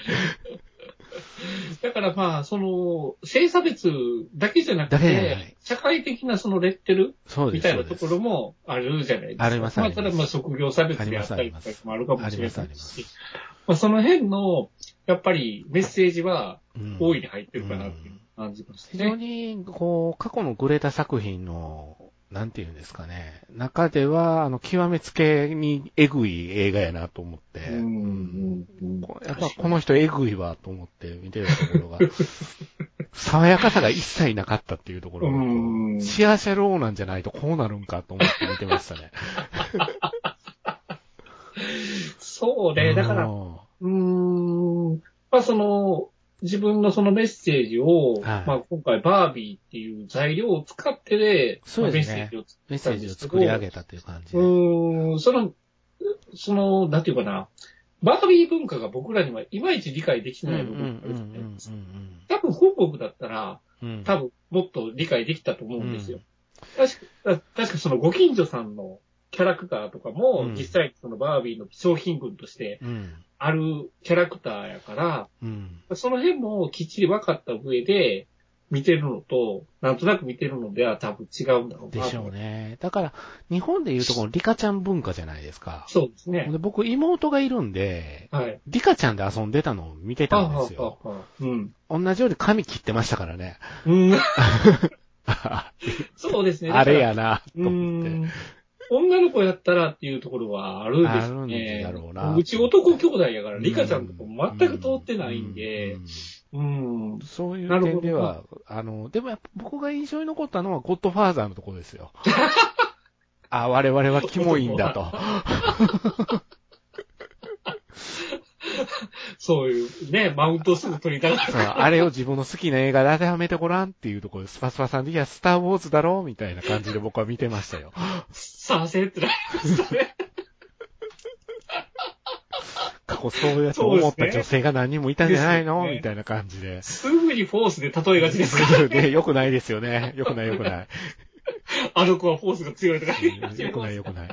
Speaker 3: だからまあ、その、性差別だけじゃなく
Speaker 2: だけじゃない
Speaker 3: て、社会的なそのレッテル
Speaker 2: そうで
Speaker 3: み
Speaker 2: す。
Speaker 3: たい
Speaker 2: そう
Speaker 3: な
Speaker 2: で
Speaker 3: と
Speaker 2: す
Speaker 3: ころもあるじゃないですか。
Speaker 2: あります
Speaker 3: ま
Speaker 2: あ
Speaker 3: あ、
Speaker 2: り
Speaker 3: た
Speaker 2: ます
Speaker 3: だまあ、職業差別であったりとかもあるかもしれ
Speaker 2: あ
Speaker 3: な
Speaker 2: り
Speaker 3: い
Speaker 2: ます
Speaker 3: し、まあ、その辺の、やっぱりメッセージは
Speaker 2: うん
Speaker 3: 大いに入ってるかなっていう感じまし
Speaker 2: 非
Speaker 3: た
Speaker 2: 常
Speaker 3: ね。
Speaker 2: に、こう、過去のグレータ作品の、なんていうんですかね、中では、あの、極めつけにエグい映画やなと思って、
Speaker 3: うんうんうん
Speaker 2: こやっぱこの人エグいわと思って見てるところ が、爽やかさが一切なかったっていうところがこう
Speaker 3: うん
Speaker 2: シアシャローなんじゃないとこうなるんかと思って見てました ね。
Speaker 3: そうね。だから、
Speaker 2: う
Speaker 3: うんーん、まあその、自分のそのメッセージを、
Speaker 2: はい
Speaker 3: まあ今回バービーっていう材料を使ってで、
Speaker 2: そうですね
Speaker 3: まあメッセージを
Speaker 2: メッセージを作り上げたっていう感じで。
Speaker 3: うーん、その、その、なんていうかな、バービー文化が僕らにはいまいち理解できて
Speaker 2: うんう
Speaker 3: なんい
Speaker 2: うんう
Speaker 3: 部分があるじゃない
Speaker 2: ん
Speaker 3: ですか多分本国だったら、
Speaker 2: うんうん。
Speaker 3: 多分もっと理解できたと思うんですよ。確か、確かそのご近所さんのキャラクターとかも、
Speaker 2: うん
Speaker 3: 実際そのバービーの商品群として
Speaker 2: うん。
Speaker 3: あるキャラクターやから、
Speaker 2: うん。
Speaker 3: その辺もきっちり分かった上で、見てるのと、なんとなく見てるのでは多分違うんだろう
Speaker 2: で
Speaker 3: なと。
Speaker 2: しょうね。だから、日本でいうとこのリカちゃん文化じゃないですか。
Speaker 3: そうですね
Speaker 2: で。僕、妹がいるんで、
Speaker 3: はい。
Speaker 2: リカちゃんで遊んでたのを見てたんですよ。
Speaker 3: ああああああうん。
Speaker 2: 同じように髪切ってましたからね。
Speaker 3: うん。 そうですね。
Speaker 2: あれ
Speaker 3: だか
Speaker 2: やな、と
Speaker 3: ら。う
Speaker 2: 思って。
Speaker 3: ん。女の子やったらっていうところはあるんですね。
Speaker 2: あるんだろうな
Speaker 3: うち男兄弟やから、リカちゃんとかも全く通ってないんで
Speaker 2: う、ん
Speaker 3: うん。
Speaker 2: そういう点では、あの、でもやっぱ僕が印象に残ったのは、ゴッドファーザーのところです よ。あ、我々はキモいんだと。
Speaker 3: そういう、ね、マウントすぐ取りながら。
Speaker 2: そうあれを自分の好きな映画で当てはめてごらんっていうところで、スパスパさんで、いや、スターウォーズだろみたいな感じで僕は見てましたよ。
Speaker 3: さあ、せってなりましたね。
Speaker 2: 過去そうやと思っ
Speaker 3: そう
Speaker 2: た
Speaker 3: ですね
Speaker 2: 女性が何人もいたんじゃないの、
Speaker 3: ですよね
Speaker 2: みたいな感じで。
Speaker 3: すぐにフォースで例えがちです か
Speaker 2: ね、良くないですよね。良くない良く ない。
Speaker 3: ら。あの子はフォースが強いとか言います
Speaker 2: 良くない良くない。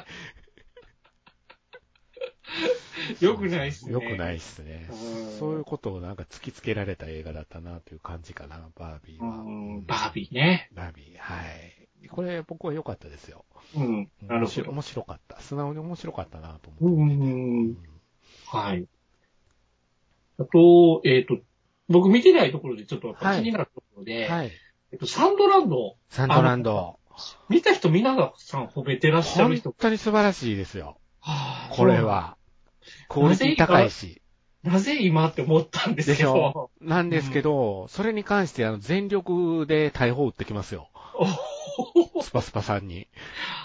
Speaker 3: よくないっすね。
Speaker 2: 良くないっすね
Speaker 3: うん。
Speaker 2: そういうことをなんか突きつけられた映画だったなという感じかな、バービー
Speaker 3: う
Speaker 2: は。
Speaker 3: ん。バービーね。
Speaker 2: ー。バービー、はい。これ僕は良かったですよ。
Speaker 3: うん。なるほど。
Speaker 2: 面白かった。素直に面白かったなと
Speaker 3: う
Speaker 2: 思って。
Speaker 3: ん。はい。あと、えっ、と、僕見てないところでちょっとやっぱ気になるところで、
Speaker 2: はい。
Speaker 3: えっと、サンドランド、
Speaker 2: サンドランド。
Speaker 3: 見た人皆さん褒めてらっしゃる人
Speaker 2: 本。当に素晴らしいですよ。
Speaker 3: はあ
Speaker 2: これ。は。クオリティ高いし。
Speaker 3: なぜ今って思ったんです
Speaker 2: で
Speaker 3: け
Speaker 2: しょ
Speaker 3: ど、
Speaker 2: なんですけど、それに関して、あの、全力で大砲打ってきますよ。スパスパさんに。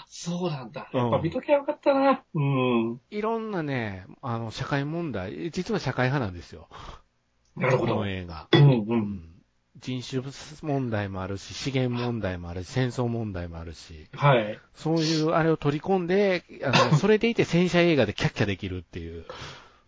Speaker 3: そうなんだ。
Speaker 2: うん
Speaker 3: やっぱ見ときゃよかったな。うん。
Speaker 2: いろんなね、あの、社会問題、実は社会派なんですよ。
Speaker 3: なるほ
Speaker 2: こ
Speaker 3: ど。う
Speaker 2: の
Speaker 3: ん
Speaker 2: 映画。
Speaker 3: う。
Speaker 2: うんん人種問題もあるし、資源問題もあるし、戦争問題もあるし、
Speaker 3: はい。
Speaker 2: そういうあれを取り込んで、あの、それでいて戦車映画でキャッキャできるっていう。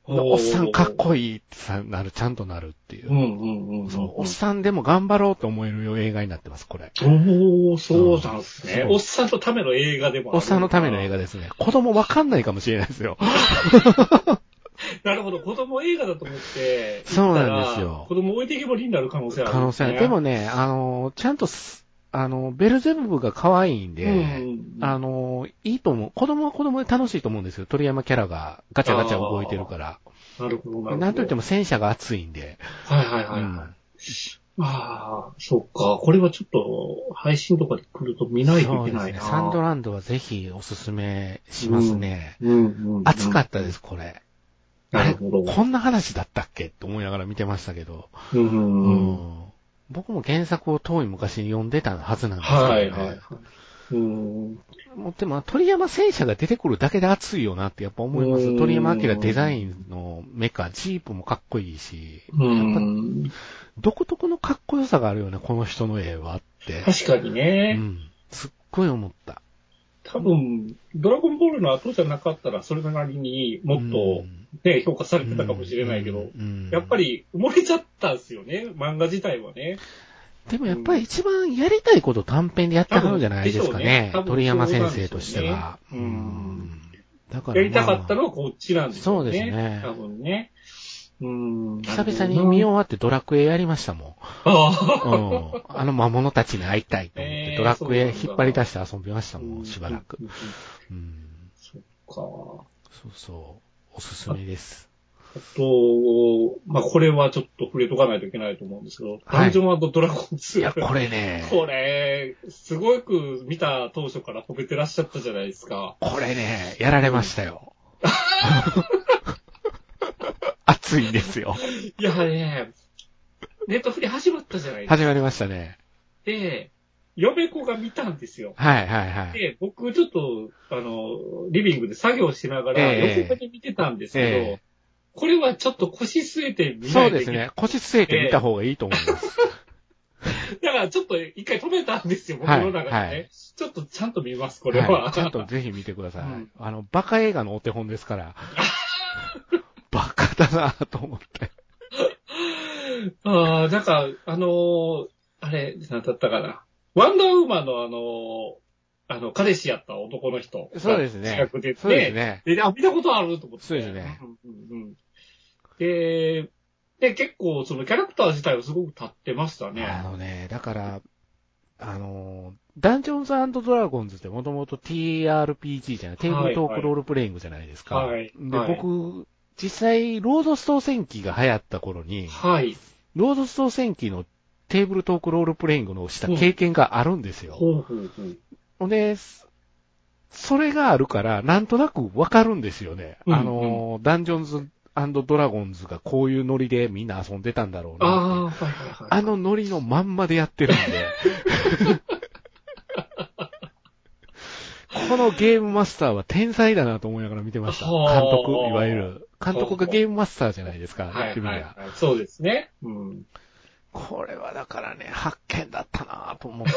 Speaker 2: おっさんかっこいいってさなる、ちゃんとなるっていう
Speaker 3: う。んうんうん。
Speaker 2: そう、おっさんでも頑張ろうと思える映画になってます、これ。
Speaker 3: おおそうなんですね
Speaker 2: う。ん
Speaker 3: おっさんのための映画でもある
Speaker 2: おっさんのための映画ですね。子供わかんないかもしれないですよ。
Speaker 3: なるほど。子供映画だと思って。
Speaker 2: そうなんですよ
Speaker 3: 行ったら子供置いていけぼりになる可能性ある、
Speaker 2: 可能性ある。でもね、あの、ちゃんとす、あの、ベルゼブブが可愛いん
Speaker 3: うん
Speaker 2: で、
Speaker 3: うんうん、
Speaker 2: あの、いいと思う。子供は子供で楽しいと思うんですよ。鳥山キャラがガチャガチャ動いてるから。
Speaker 3: なるほど、なるほど。
Speaker 2: なんといっても戦車が熱いんで。
Speaker 3: はいはいはい。はいああ、そっか。これはちょっと、配信とかで来ると見ないといけない
Speaker 2: そうで
Speaker 3: な。
Speaker 2: すねサンドランドはぜひおすすめしますね。
Speaker 3: うんうん、うん。
Speaker 2: 熱かったです、これ。
Speaker 3: たなるほど。
Speaker 2: こんな話だったっけって思いながら見てましたけど。
Speaker 3: うんうん
Speaker 2: う
Speaker 3: うん。
Speaker 2: ん僕も原作を遠い昔に読んでたはずなんですけど、ね。
Speaker 3: はいはいはい。うん。
Speaker 2: もうでも、鳥山戦車が出てくるだけで熱いよなってやっぱ思いま
Speaker 3: う
Speaker 2: す。
Speaker 3: ん
Speaker 2: 鳥山明デザインのメカ、ジープもかっこいいし、
Speaker 3: うん。
Speaker 2: 独特のかっこよさがあるよね、この人の絵はって。
Speaker 3: 確かに
Speaker 2: う
Speaker 3: ね。
Speaker 2: ん。すっごい思った。
Speaker 3: 多分、ドラゴンボールの後じゃなかったら、それなりにもっと、ね、評価されてたかもしれないけど、
Speaker 2: うん、
Speaker 3: やっぱ
Speaker 2: り。
Speaker 3: り埋もれちゃったんですよね、漫画自体はね。
Speaker 2: でもやっぱり一番やりたいこと短編でやってはるんじゃないですかね。
Speaker 3: 多分
Speaker 2: 鳥山先生としては。
Speaker 3: 多分そうなんでしょうね。
Speaker 2: だから、
Speaker 3: やりたかったのはこっちなんですよ
Speaker 2: そ
Speaker 3: ね。
Speaker 2: うですね
Speaker 3: 多分ね。うん。
Speaker 2: 久々に見
Speaker 3: う。
Speaker 2: 終わってドラクエやりましたもん。
Speaker 3: あ
Speaker 2: うんあの魔物たちに会いたいと思っ
Speaker 3: え
Speaker 2: て、
Speaker 3: ー
Speaker 2: ドラクエ引っ張り出して遊びました
Speaker 3: あ。
Speaker 2: もん、しばらく
Speaker 3: う。ん。
Speaker 2: うん。
Speaker 3: そっか。
Speaker 2: そうそう。おすすめです。
Speaker 3: あと、まあ、これはちょっと触れとかないといけないと思うんですけど、
Speaker 2: はい
Speaker 3: ダンジョンドラゴン
Speaker 2: い
Speaker 3: 2。
Speaker 2: や、これね、
Speaker 3: これ、すごく見た当初から褒めてらっしゃったじゃないですか。
Speaker 2: これね、やられました よ。熱いんですよ。
Speaker 3: いやね、ネットフリ始まったじゃないですか。
Speaker 2: 始まりましたね。
Speaker 3: で、嫁子が見たんですよ。
Speaker 2: はいはいはい。
Speaker 3: で、僕ちょっと、あの、リビングで作業しながら、
Speaker 2: ええ
Speaker 3: 横目で見てたんですけど、
Speaker 2: ええ
Speaker 3: これはちょっと腰据えて見な
Speaker 2: そう
Speaker 3: いと
Speaker 2: で
Speaker 3: い
Speaker 2: す
Speaker 3: けない。
Speaker 2: ね。腰据えて見た方がいいと思います。
Speaker 3: だからちょっと一回止めたんですよ、僕
Speaker 2: はい
Speaker 3: の中でね。
Speaker 2: はい
Speaker 3: ちょっとちゃんと見 ます、これは。
Speaker 2: い。ちゃんとぜひ見てください
Speaker 3: うん。
Speaker 2: あの、バカ映画のお手本ですから。バカだなぁと思って。
Speaker 3: ああ、なんか、あのーあれ、なんだったかな。ワンダーウーマンのあのーあの、彼氏やった男の人。
Speaker 2: そうですね
Speaker 3: 近くで、ね。
Speaker 2: そうですね。
Speaker 3: で、あ、見たことあると思って。
Speaker 2: そうですね。
Speaker 3: うんうんうん、で、で、結構、そのキャラクター自体はすごく立ってました
Speaker 2: あ
Speaker 3: ね。
Speaker 2: のね、だから、あのー、ダンジョンズドラゴンズってもともと TRPG じゃない、テーブルトークロールプレイングじゃないですか。
Speaker 3: はい
Speaker 2: で、
Speaker 3: はい
Speaker 2: 僕、実際、ロードストー戦記が流行った頃に、
Speaker 3: はい。
Speaker 2: ロードストー戦記のテーブルトークロールプレイングのした経験があるんですよ。
Speaker 3: ほうほうほう。
Speaker 2: ほんで、そそれがあるから、なんとなくわかるんですよね。
Speaker 3: うん
Speaker 2: あのー、ダンジョンズドラゴンズがこういうノリでみんな遊んでたんだろう
Speaker 3: あ
Speaker 2: なって
Speaker 3: あ、はいはいはい。
Speaker 2: あのノリのまんまでやってるんで。 このゲームマスターは天才だなと思いながら見てました。
Speaker 3: はあ
Speaker 2: 監督、いわゆる。監督がゲームマスターじゃないですか、
Speaker 3: は
Speaker 2: 言っ
Speaker 3: い
Speaker 2: てみ
Speaker 3: は
Speaker 2: り
Speaker 3: い
Speaker 2: ゃ
Speaker 3: はい。そうですね。うん。
Speaker 2: これはだからね、発見だったなと思って。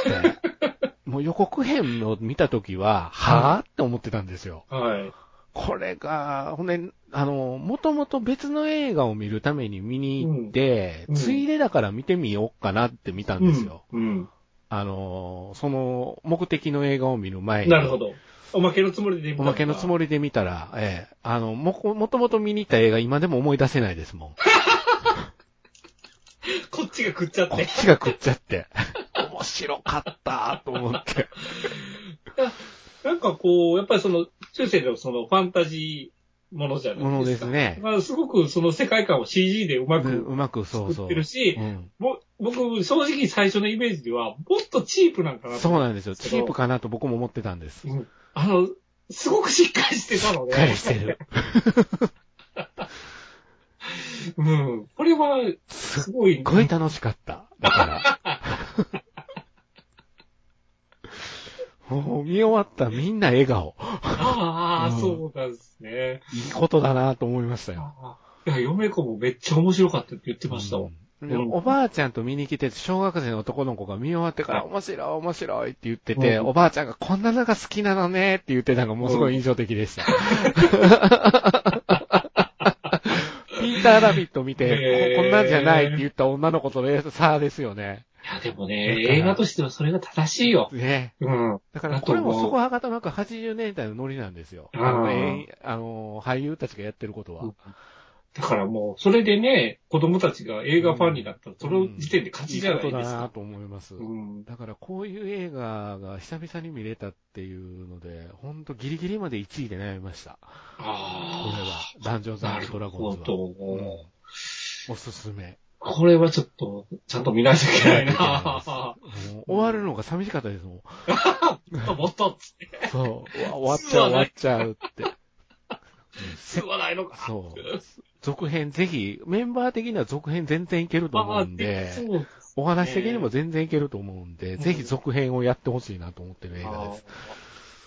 Speaker 2: もう予告編を見たときは、はぁって思ってたんですよ。
Speaker 3: はい。
Speaker 2: これが、ほんで、あの、もともと別の映画を見るために見に行って、
Speaker 3: うんうん
Speaker 2: ついでだから見てみようかなって見たんですよ。
Speaker 3: うん。
Speaker 2: あのーその目的の映画を見る前
Speaker 3: う
Speaker 2: に、
Speaker 3: ん。なるほど。おまけのつもりで見た
Speaker 2: おまけのつも
Speaker 3: り。
Speaker 2: りで見たら、ええあの、も、もともと見に行った映画今でも思い出せないです もん。
Speaker 3: こっちが食っちゃっ
Speaker 2: こ
Speaker 3: て
Speaker 2: っ。ちが食っちゃって。面白かったと思って。
Speaker 3: なんかこう、やっぱりその、中世のそのファンタジーものじゃないですか。
Speaker 2: ものですね
Speaker 3: まあ、すごくその世界観を CG でうま
Speaker 2: で
Speaker 3: く
Speaker 2: うまく、そう
Speaker 3: 作
Speaker 2: そ
Speaker 3: っ
Speaker 2: う
Speaker 3: て。るし
Speaker 2: う、ん、
Speaker 3: ぼ僕、正直最初のイメージでは、もっとチープなんかなと。
Speaker 2: そうなんですよ。チープかなと僕も思ってたんです。
Speaker 3: うんあの、すごくしっかりしてたの
Speaker 2: しっかり
Speaker 3: ね。
Speaker 2: してる。
Speaker 3: うん。これは、すごい、
Speaker 2: すっごい楽しかった。だ から。もう見終わったみんな笑顔。
Speaker 3: あ
Speaker 2: う
Speaker 3: あ、
Speaker 2: ん
Speaker 3: そうなんですね。
Speaker 2: いいことだなと思いましたよ。
Speaker 3: あーいや、嫁子もめっちゃ面白かったって言ってましたわ。
Speaker 2: うんでおばあちゃんと見に来てて、小学生の男の子が見終わってから、面白い、面白いって言ってて、
Speaker 3: うん
Speaker 2: おばあちゃんがこんなのが好きなのねって言ってたのがもうすごい印象的でした。 ピーターラビット見て、
Speaker 3: へー
Speaker 2: ここんなんじゃないって言った女の子との差ですよね。
Speaker 3: いや、でも
Speaker 2: だ
Speaker 3: ね、
Speaker 2: から
Speaker 3: 映画としてはそれが正しいよ。
Speaker 2: ね。
Speaker 3: うん。
Speaker 2: だから、
Speaker 3: だ
Speaker 2: ことれ
Speaker 3: 思う
Speaker 2: もそこはかとなく80年代のノリなんですよ。
Speaker 3: うん
Speaker 2: あの、えーあの俳優たちがやってることは。
Speaker 3: うんだからもう、それでね、子供たちが映画ファンになったら、その時点で勝ちじゃないです
Speaker 2: いことだな
Speaker 3: か。
Speaker 2: と思います。
Speaker 3: うん。
Speaker 2: だから、こういう映画が久々に見れたっていうので、ほんとギリギリまで1位で悩みました。これは
Speaker 3: あ。
Speaker 2: ダンジョンズ
Speaker 3: あ、なる
Speaker 2: ドラゴ
Speaker 3: ほ
Speaker 2: ンズは。
Speaker 3: ど。
Speaker 2: うんおすすめ。
Speaker 3: これはちょっと、ちゃんと見ないといけないな。
Speaker 2: もう終わるのが寂しかったですもん。
Speaker 3: もっとっつって、
Speaker 2: そう。うわ終わっちゃう、終わっちゃうって。うんせ
Speaker 3: 吸わないのか。
Speaker 2: そう。続編、ぜひ、メンバー的には続編全然いけると思う
Speaker 3: ああ、
Speaker 2: ん
Speaker 3: で
Speaker 2: で、
Speaker 3: そうです
Speaker 2: お話的にも全然いけると思うんで、
Speaker 3: ん
Speaker 2: ぜひ続編をやってほしいなと思ってる映画で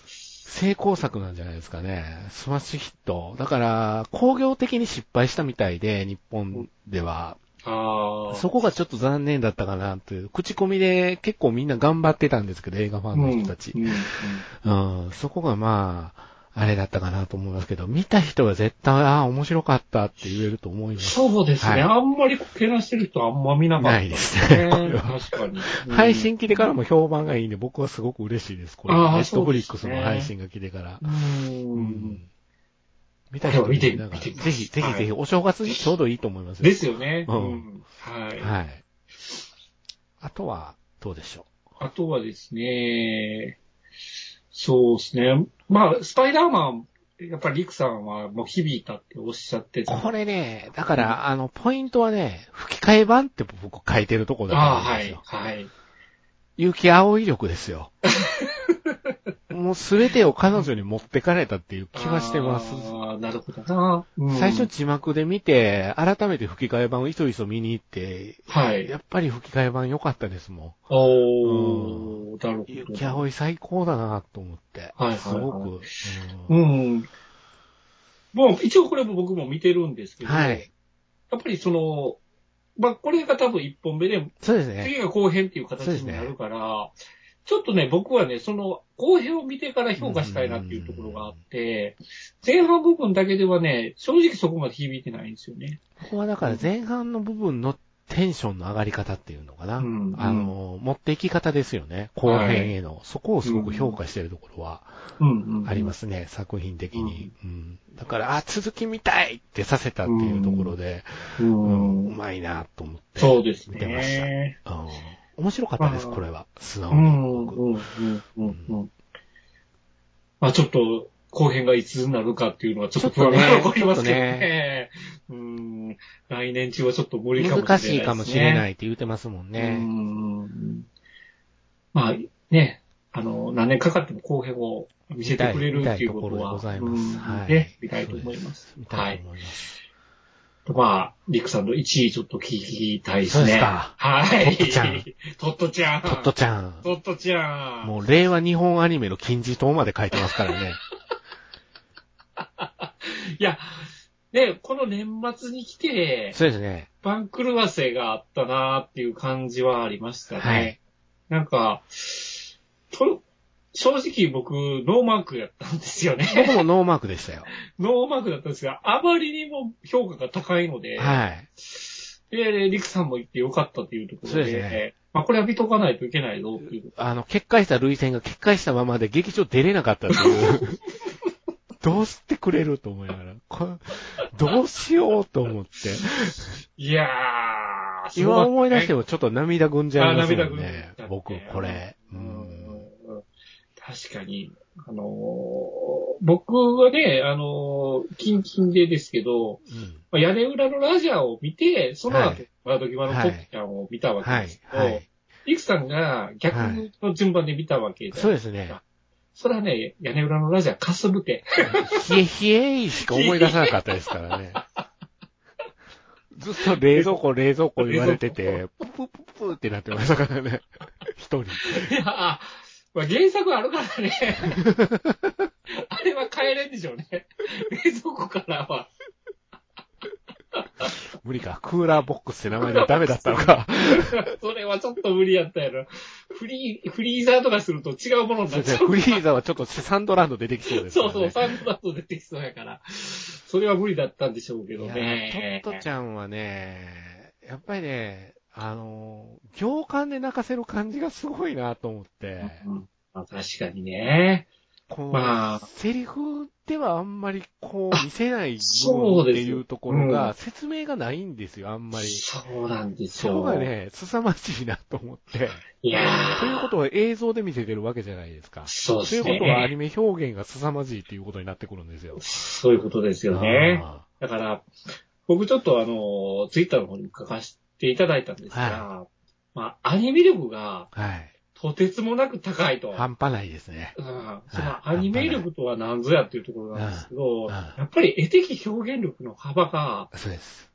Speaker 2: す。成功作なんじゃないですかね。スマッシュヒット。だから、工業的に失敗したみたいで、日本では。
Speaker 3: ああ。
Speaker 2: そこがちょっと残念だったかなという。口コミで結構みんな頑張ってたんですけど、映画ファンの人たち
Speaker 3: う。んうん
Speaker 2: うん、そこがまあ、あれだったかなと思いますけど、見た人が絶対、ああ、面白かったって言えると思います。
Speaker 3: そうですね。
Speaker 2: はい
Speaker 3: あんまりけなしてる人あんま見なかった。
Speaker 2: ないです ねこれは
Speaker 3: 確かに。うん
Speaker 2: 配信来てからも評判がいいんで、僕はすごく嬉しいです。これ、
Speaker 3: ああ
Speaker 2: ネットフリックス
Speaker 3: そうです
Speaker 2: の
Speaker 3: ね
Speaker 2: 配信が来てから。
Speaker 3: う。
Speaker 2: うんん見た人もいる
Speaker 3: でも見て見て
Speaker 2: ぜひ、ぜひぜひ、お正月にちょうどいいと思いますよ。
Speaker 3: ですよね。
Speaker 2: う
Speaker 3: うんん。はい。
Speaker 2: はい。あとは、どうでしょ
Speaker 3: あとはですね、そうですね。まあ、スパイダーマン、やっぱりリクさんはもう響いたっておっしゃって
Speaker 2: う。
Speaker 3: た。
Speaker 2: これね、だから、あの、ポイントはね、吹き替え版って僕書いてるとこだ
Speaker 3: ああ、
Speaker 2: と思うん
Speaker 3: は
Speaker 2: です
Speaker 3: い。
Speaker 2: よ。
Speaker 3: はい。
Speaker 2: 結城葵力です よ。もうすべてを彼女に持ってかれたっていう気はしてます。
Speaker 3: ああ、なるほどな。うん
Speaker 2: 最初、字幕で見て、改めて吹き替え版をいそいそ見に行って、
Speaker 3: はい。
Speaker 2: やっぱり吹き替え版良かったですもん。
Speaker 3: おー、なるほど。
Speaker 2: ゆきあおい最高だなと思って。
Speaker 3: はいはいはい
Speaker 2: すごく。う
Speaker 3: うんん。もう一応これも僕も見てるんですけど、
Speaker 2: はい。
Speaker 3: やっぱりその、まあ、これが多分一本目で、
Speaker 2: そうですね。
Speaker 3: 次が後編っていう形になるから、ちょっとね、僕はね、その後編を見てから評価したいなっていうところがあって、前半部分だけではね、正直そこまで響いてないんですよね。
Speaker 2: ここはだから前半の部分のテンションの上がり方っていうのかな。
Speaker 3: うん
Speaker 2: あの、持っていき方ですよね。後編への。そこをすごく評価してるところは
Speaker 3: うんうん、。
Speaker 2: ありますすね、作品的に、うんだから、あ、続き見たいってさせたっていうところで、
Speaker 3: う
Speaker 2: うんんうまいなと思って。
Speaker 3: そうです
Speaker 2: 見てました
Speaker 3: ね。
Speaker 2: うん面白かったです、
Speaker 3: あー
Speaker 2: これは。素直
Speaker 3: う
Speaker 2: に。
Speaker 3: ん、
Speaker 2: 僕
Speaker 3: うん、うん、うんうん。まあちょっと、後編がいつになるかっていうのはちょっと不安が残りますけどね。うん。来年中はちょっと無理かもしれない、
Speaker 2: 難しいかもしれないいって言ってますもん
Speaker 3: ね。う
Speaker 2: ね。
Speaker 3: ん。まあ、ね、あの、何年かかっても後編を見せてくれるっていうことは、
Speaker 2: 見たいところでございます
Speaker 3: うん
Speaker 2: はい
Speaker 3: ね、見たいと思います。
Speaker 2: み
Speaker 3: は
Speaker 2: たい
Speaker 3: い
Speaker 2: と。思います。
Speaker 3: まあ、リクさんの1位ちょっと聞きたいで
Speaker 2: そ
Speaker 3: すね。
Speaker 2: うですか
Speaker 3: はい。
Speaker 2: トットちゃん。
Speaker 3: トットちゃん。
Speaker 2: トットちゃん。
Speaker 3: トットちゃん。
Speaker 2: もう令和日本アニメの金字塔まで書いてますから ね。
Speaker 3: いや、ね、この年末に来て、
Speaker 2: そうですね。
Speaker 3: 番狂わせがあったなーっていう感じはありましたね。
Speaker 2: はい
Speaker 3: なんか、と正直僕、ノーマークやったんですよね。
Speaker 2: 僕もノーマークでしたよ。
Speaker 3: ノーマークだったんですが、あまりにも評価が高いので、
Speaker 2: はい。
Speaker 3: で、リクさんも言ってよかったというとこ
Speaker 2: そう
Speaker 3: ろ
Speaker 2: で
Speaker 3: で、
Speaker 2: すね
Speaker 3: まあこれは見とかないといけないぞっていう。
Speaker 2: あの、決壊した類線が決壊したままで劇場出れなかったって いう。どうしてくれると思いながら。こどうしようと思って。
Speaker 3: いやー、すご
Speaker 2: 今
Speaker 3: かったね
Speaker 2: 思い出してもちょっと涙ぐんじゃいます
Speaker 3: あ
Speaker 2: も
Speaker 3: 涙
Speaker 2: ん
Speaker 3: ぐんじゃ
Speaker 2: ね
Speaker 3: ったね。
Speaker 2: 僕、これ。う
Speaker 3: うん
Speaker 2: ん。
Speaker 3: 確かに、あのー僕はね、あのー、キンキンでですけど、
Speaker 2: うん
Speaker 3: まあ屋根裏のラジャーを見て、その後、
Speaker 2: はい
Speaker 3: 窓際のポッキャンを見たわけ
Speaker 2: は
Speaker 3: で
Speaker 2: い
Speaker 3: す。けど、
Speaker 2: はいい。
Speaker 3: くさんが逆の順番で見たわけじゃない
Speaker 2: そうですね。
Speaker 3: それはね、屋根裏のラジャーかす ぶて。
Speaker 2: ひえひえしか思い出さなかったですからね。ずっと冷蔵庫、冷蔵庫言われてて、プププププってなってましたからね。一人。
Speaker 3: いや、あまあ、原作あるから ね。あれは変えれんでしょうね。冷蔵庫からは。
Speaker 2: 無理か。クーラーボックスって名前でダメだったのか。
Speaker 3: それはちょっと無理やったやろ。フリー、フリーザーとかすると違うものに
Speaker 2: そ
Speaker 3: な
Speaker 2: う
Speaker 3: っ
Speaker 2: で
Speaker 3: ち
Speaker 2: す
Speaker 3: ゃ
Speaker 2: ね
Speaker 3: う。
Speaker 2: フリーザはちょっとサンドランド出てきそうですか
Speaker 3: そ
Speaker 2: ら
Speaker 3: う
Speaker 2: ね。
Speaker 3: そう、サンプラット出てきそうやから。それは無理だったんでしょうけど
Speaker 2: いや
Speaker 3: ね
Speaker 2: ー。トットちゃんはね、やっぱりね、あのー、行間で泣かせる感じがすごいなと思って、
Speaker 3: うんまあ、確かにね。
Speaker 2: この、
Speaker 3: まあ
Speaker 2: セリフではあんまりこう見せない部
Speaker 3: そ
Speaker 2: 分っ
Speaker 3: う
Speaker 2: て
Speaker 3: です
Speaker 2: いうところが、
Speaker 3: うん
Speaker 2: 説明がないんですよ、あんまり。
Speaker 3: そうなんです
Speaker 2: そ
Speaker 3: よ。
Speaker 2: こがね、凄まじいなと思って。
Speaker 3: いやー
Speaker 2: ということは映像で見せてるわけじゃないですか。
Speaker 3: そうで
Speaker 2: とい
Speaker 3: す
Speaker 2: うことはア
Speaker 3: ね。
Speaker 2: ニメ表現が凄まじいっていうことになってくるんですよ。
Speaker 3: そういうことですよね。
Speaker 2: あ
Speaker 3: だから、僕ちょっとあの、ツイッターの方にも書かせていただいたんですが、まあ、アニメ力が
Speaker 2: ー。はい。
Speaker 3: とてつもなく高いと。
Speaker 2: 半端ないですね。
Speaker 3: うんそのアニメ力とは何ぞやっていうところなんですけ
Speaker 2: う
Speaker 3: ど、
Speaker 2: ん
Speaker 3: やっぱり絵的表現力の幅が、
Speaker 2: そうです。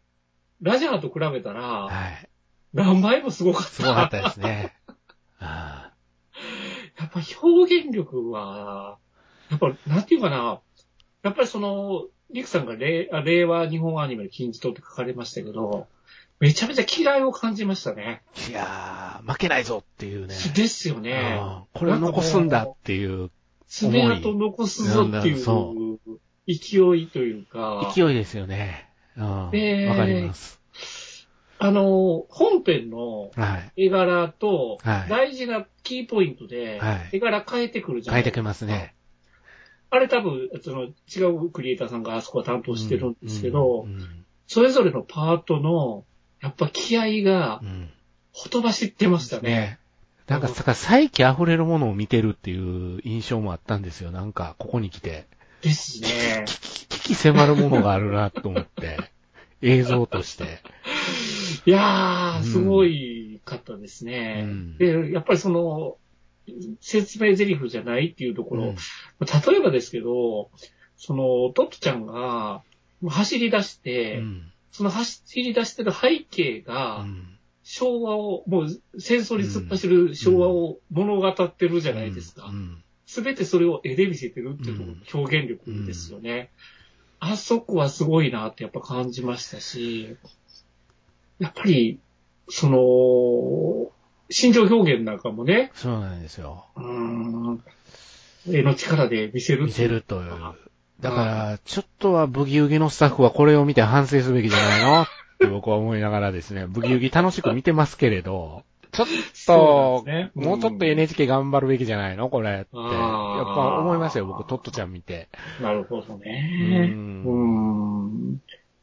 Speaker 3: ラジャーと比べたら、
Speaker 2: はい。
Speaker 3: 何倍もすごかった。
Speaker 2: すごかったですね。あ
Speaker 3: やっぱ表現力は、やっぱ、なんていうかな、やっぱりその、リクさんが令あ令和日本アニメの金字塔って書かれましたけど、めちゃめちゃ嫌いを感じましたね。
Speaker 2: あいやー、負けないぞっていうね。
Speaker 3: ですよね。
Speaker 2: うんこれを残すんだっていう
Speaker 3: 爪痕残すぞっていう
Speaker 2: そ
Speaker 3: 勢いというか、
Speaker 2: 勢いですよね。うん。わ
Speaker 3: で
Speaker 2: かります。
Speaker 3: あの、本編の
Speaker 2: はい。
Speaker 3: 絵柄と
Speaker 2: はい
Speaker 3: 大事なキーポイントで
Speaker 2: はい
Speaker 3: 絵柄変えてくるじゃな
Speaker 2: 変えて
Speaker 3: いです
Speaker 2: き
Speaker 3: か。
Speaker 2: ますね。
Speaker 3: あれ多分、その違うクリエイターさんがあそこは担当してるんですけど、
Speaker 2: うんうん
Speaker 3: それぞれのパートの、やっぱ気合が
Speaker 2: うんうん
Speaker 3: ほとばしってましたね。
Speaker 2: なんか、だから再起溢れるものを見てるっていう印象もあったんですよ。なんか、ここに来て。
Speaker 3: です ね。
Speaker 2: 危機迫るものがあるなと思 って。映像として。
Speaker 3: い
Speaker 2: う
Speaker 3: や
Speaker 2: ん
Speaker 3: ー、すごいかったですね。
Speaker 2: うん
Speaker 3: で、やっぱりその、説明台詞じゃないっていうところ、
Speaker 2: うん
Speaker 3: 例えばですけど、その、トットちゃんが走り出して、
Speaker 2: うん
Speaker 3: その走り出してる背景
Speaker 2: う
Speaker 3: が、
Speaker 2: ん
Speaker 3: 昭和を、もう戦争に突っ走る昭和を物語ってるじゃないですか。
Speaker 2: うん
Speaker 3: すべてそれを絵で見せてるっていうところ表現力ですよね。あそこはすごいなってやっぱ感じましたし、やっぱり、その、心情表現なんかもね、
Speaker 2: そうなんですよ。
Speaker 3: うーん絵の力で見せる
Speaker 2: 見せるという
Speaker 3: あ。
Speaker 2: だから、ちょっとはブギウギのスタッフはこれを見て反省すべきじゃないのって僕は思いながらですね、ブギウギ楽しく見てますけれど、ちょっ
Speaker 3: そ
Speaker 2: と、
Speaker 3: うなんですね
Speaker 2: もうちょっと NHK 頑張るべきじゃないのこれって。
Speaker 3: あ
Speaker 2: やっ
Speaker 3: ー
Speaker 2: ぱ思いましたよ、僕、トットちゃん見て。
Speaker 3: なるほど
Speaker 2: う
Speaker 3: ね。うー
Speaker 2: ん。
Speaker 3: ん。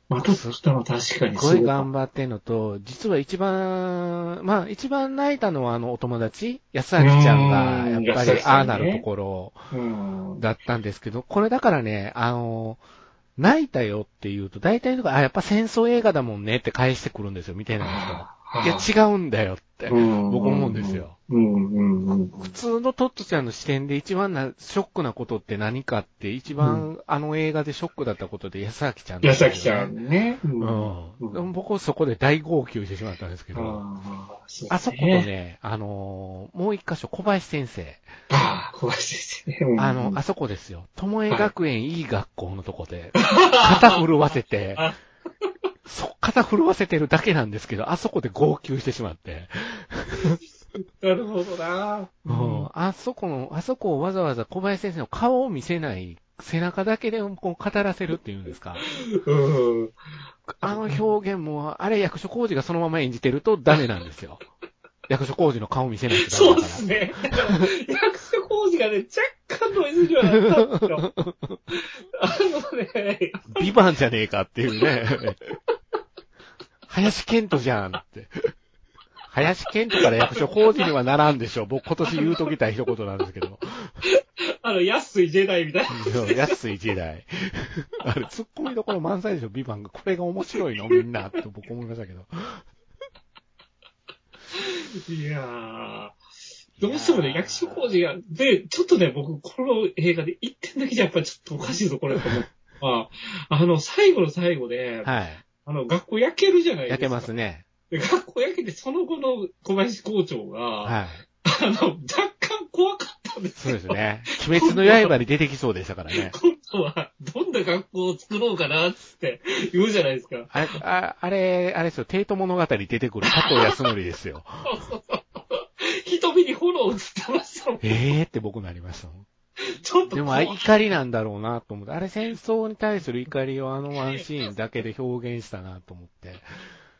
Speaker 3: また、そしたら確かに
Speaker 2: すごい
Speaker 3: かっ
Speaker 2: 頑張ってんのと、実は一番、まあ一番泣いたのはあのお友達、安明ちゃんが、やっぱ
Speaker 3: うん
Speaker 2: りああなるところを、
Speaker 3: た。うん。
Speaker 2: だったんですけど、これだからね、あの、泣いたよって言うと、大体のが、あ、やっぱ戦争映画だもんねって返してくるんですよ、見てない
Speaker 3: あ
Speaker 2: 人。いや、
Speaker 3: ー
Speaker 2: 違うんだよって、
Speaker 3: うん
Speaker 2: 僕思うんですよ。
Speaker 3: うんうんうん。
Speaker 2: 普通のトットちゃんの視点で一番な、ショックなことって何かって、一番あの映画でショックだったことで、安崎ちゃん、
Speaker 3: 矢崎ちゃ。んね。う。
Speaker 2: うんん。でも僕そこで大号泣してしまったんですけど、
Speaker 3: あーうですね
Speaker 2: あそことね、あのーもう一箇所、小林先生。
Speaker 3: ああ、小林先生ね。うん
Speaker 2: あの、あそこですよ。ともえ学園いい学校のとこで、肩震わせて
Speaker 3: あ、
Speaker 2: そ、肩震わせてるだけなんですけど、あそこで号泣してしまって、
Speaker 3: なるほどな。
Speaker 2: うんあそこの、あそこをわざわざ小林先生の顔を見せない、背中だけでこう語らせるっていうんですか。
Speaker 3: うん。
Speaker 2: あの表現も、あれ役所工事がそのまま演じてるとダメなん ですよ。役所工事の顔見せないとダ
Speaker 3: そ
Speaker 2: メ
Speaker 3: うで
Speaker 2: だから
Speaker 3: す。ね。だから役所工事がね、若干ノイズにはなったんですよ。あのね、
Speaker 2: ビバンじゃねえかっていうね。林健人じゃんって。林健人から役所工事にはならんでしょう。僕今年言うときたい一言なんですけど。
Speaker 3: あの、安いジェダイみたいな。
Speaker 2: 安い時代。あれ、突っ込みどころ満載でしょ、ビバンが。これが面白いのみんなって僕思いましたけど。
Speaker 3: いやー。どうしてもね、役所工事が、で、ちょっとね、僕、この映画で 一点だけじゃやっぱりちょっとおかしいぞ、これと思う。まあ、あの、最後の最後で、
Speaker 2: はい。
Speaker 3: あの、学校焼けるじゃないです
Speaker 2: 焼
Speaker 3: か。
Speaker 2: けますね。
Speaker 3: で学校焼けて、その後の小林校長が、
Speaker 2: はい。
Speaker 3: あの、若干怖かったんです
Speaker 2: そう
Speaker 3: よ。
Speaker 2: ですね。鬼滅の刃に出てきそうでしたからね。
Speaker 3: 今度は、どんな学校を作ろうかな、つって言うじゃないですか。
Speaker 2: あれ、ああれ、あれですよ、帝都物語出てくる加藤康則ですよ。
Speaker 3: 瞳に炎映ってましたもん。
Speaker 2: ええって僕なりましたもん。
Speaker 3: ちょっと
Speaker 2: でも、
Speaker 3: 怖
Speaker 2: あ
Speaker 3: い。
Speaker 2: 怒りなんだろうなと思って、あれ戦争に対する怒りをあのワンシーンだけで表現したなと思って、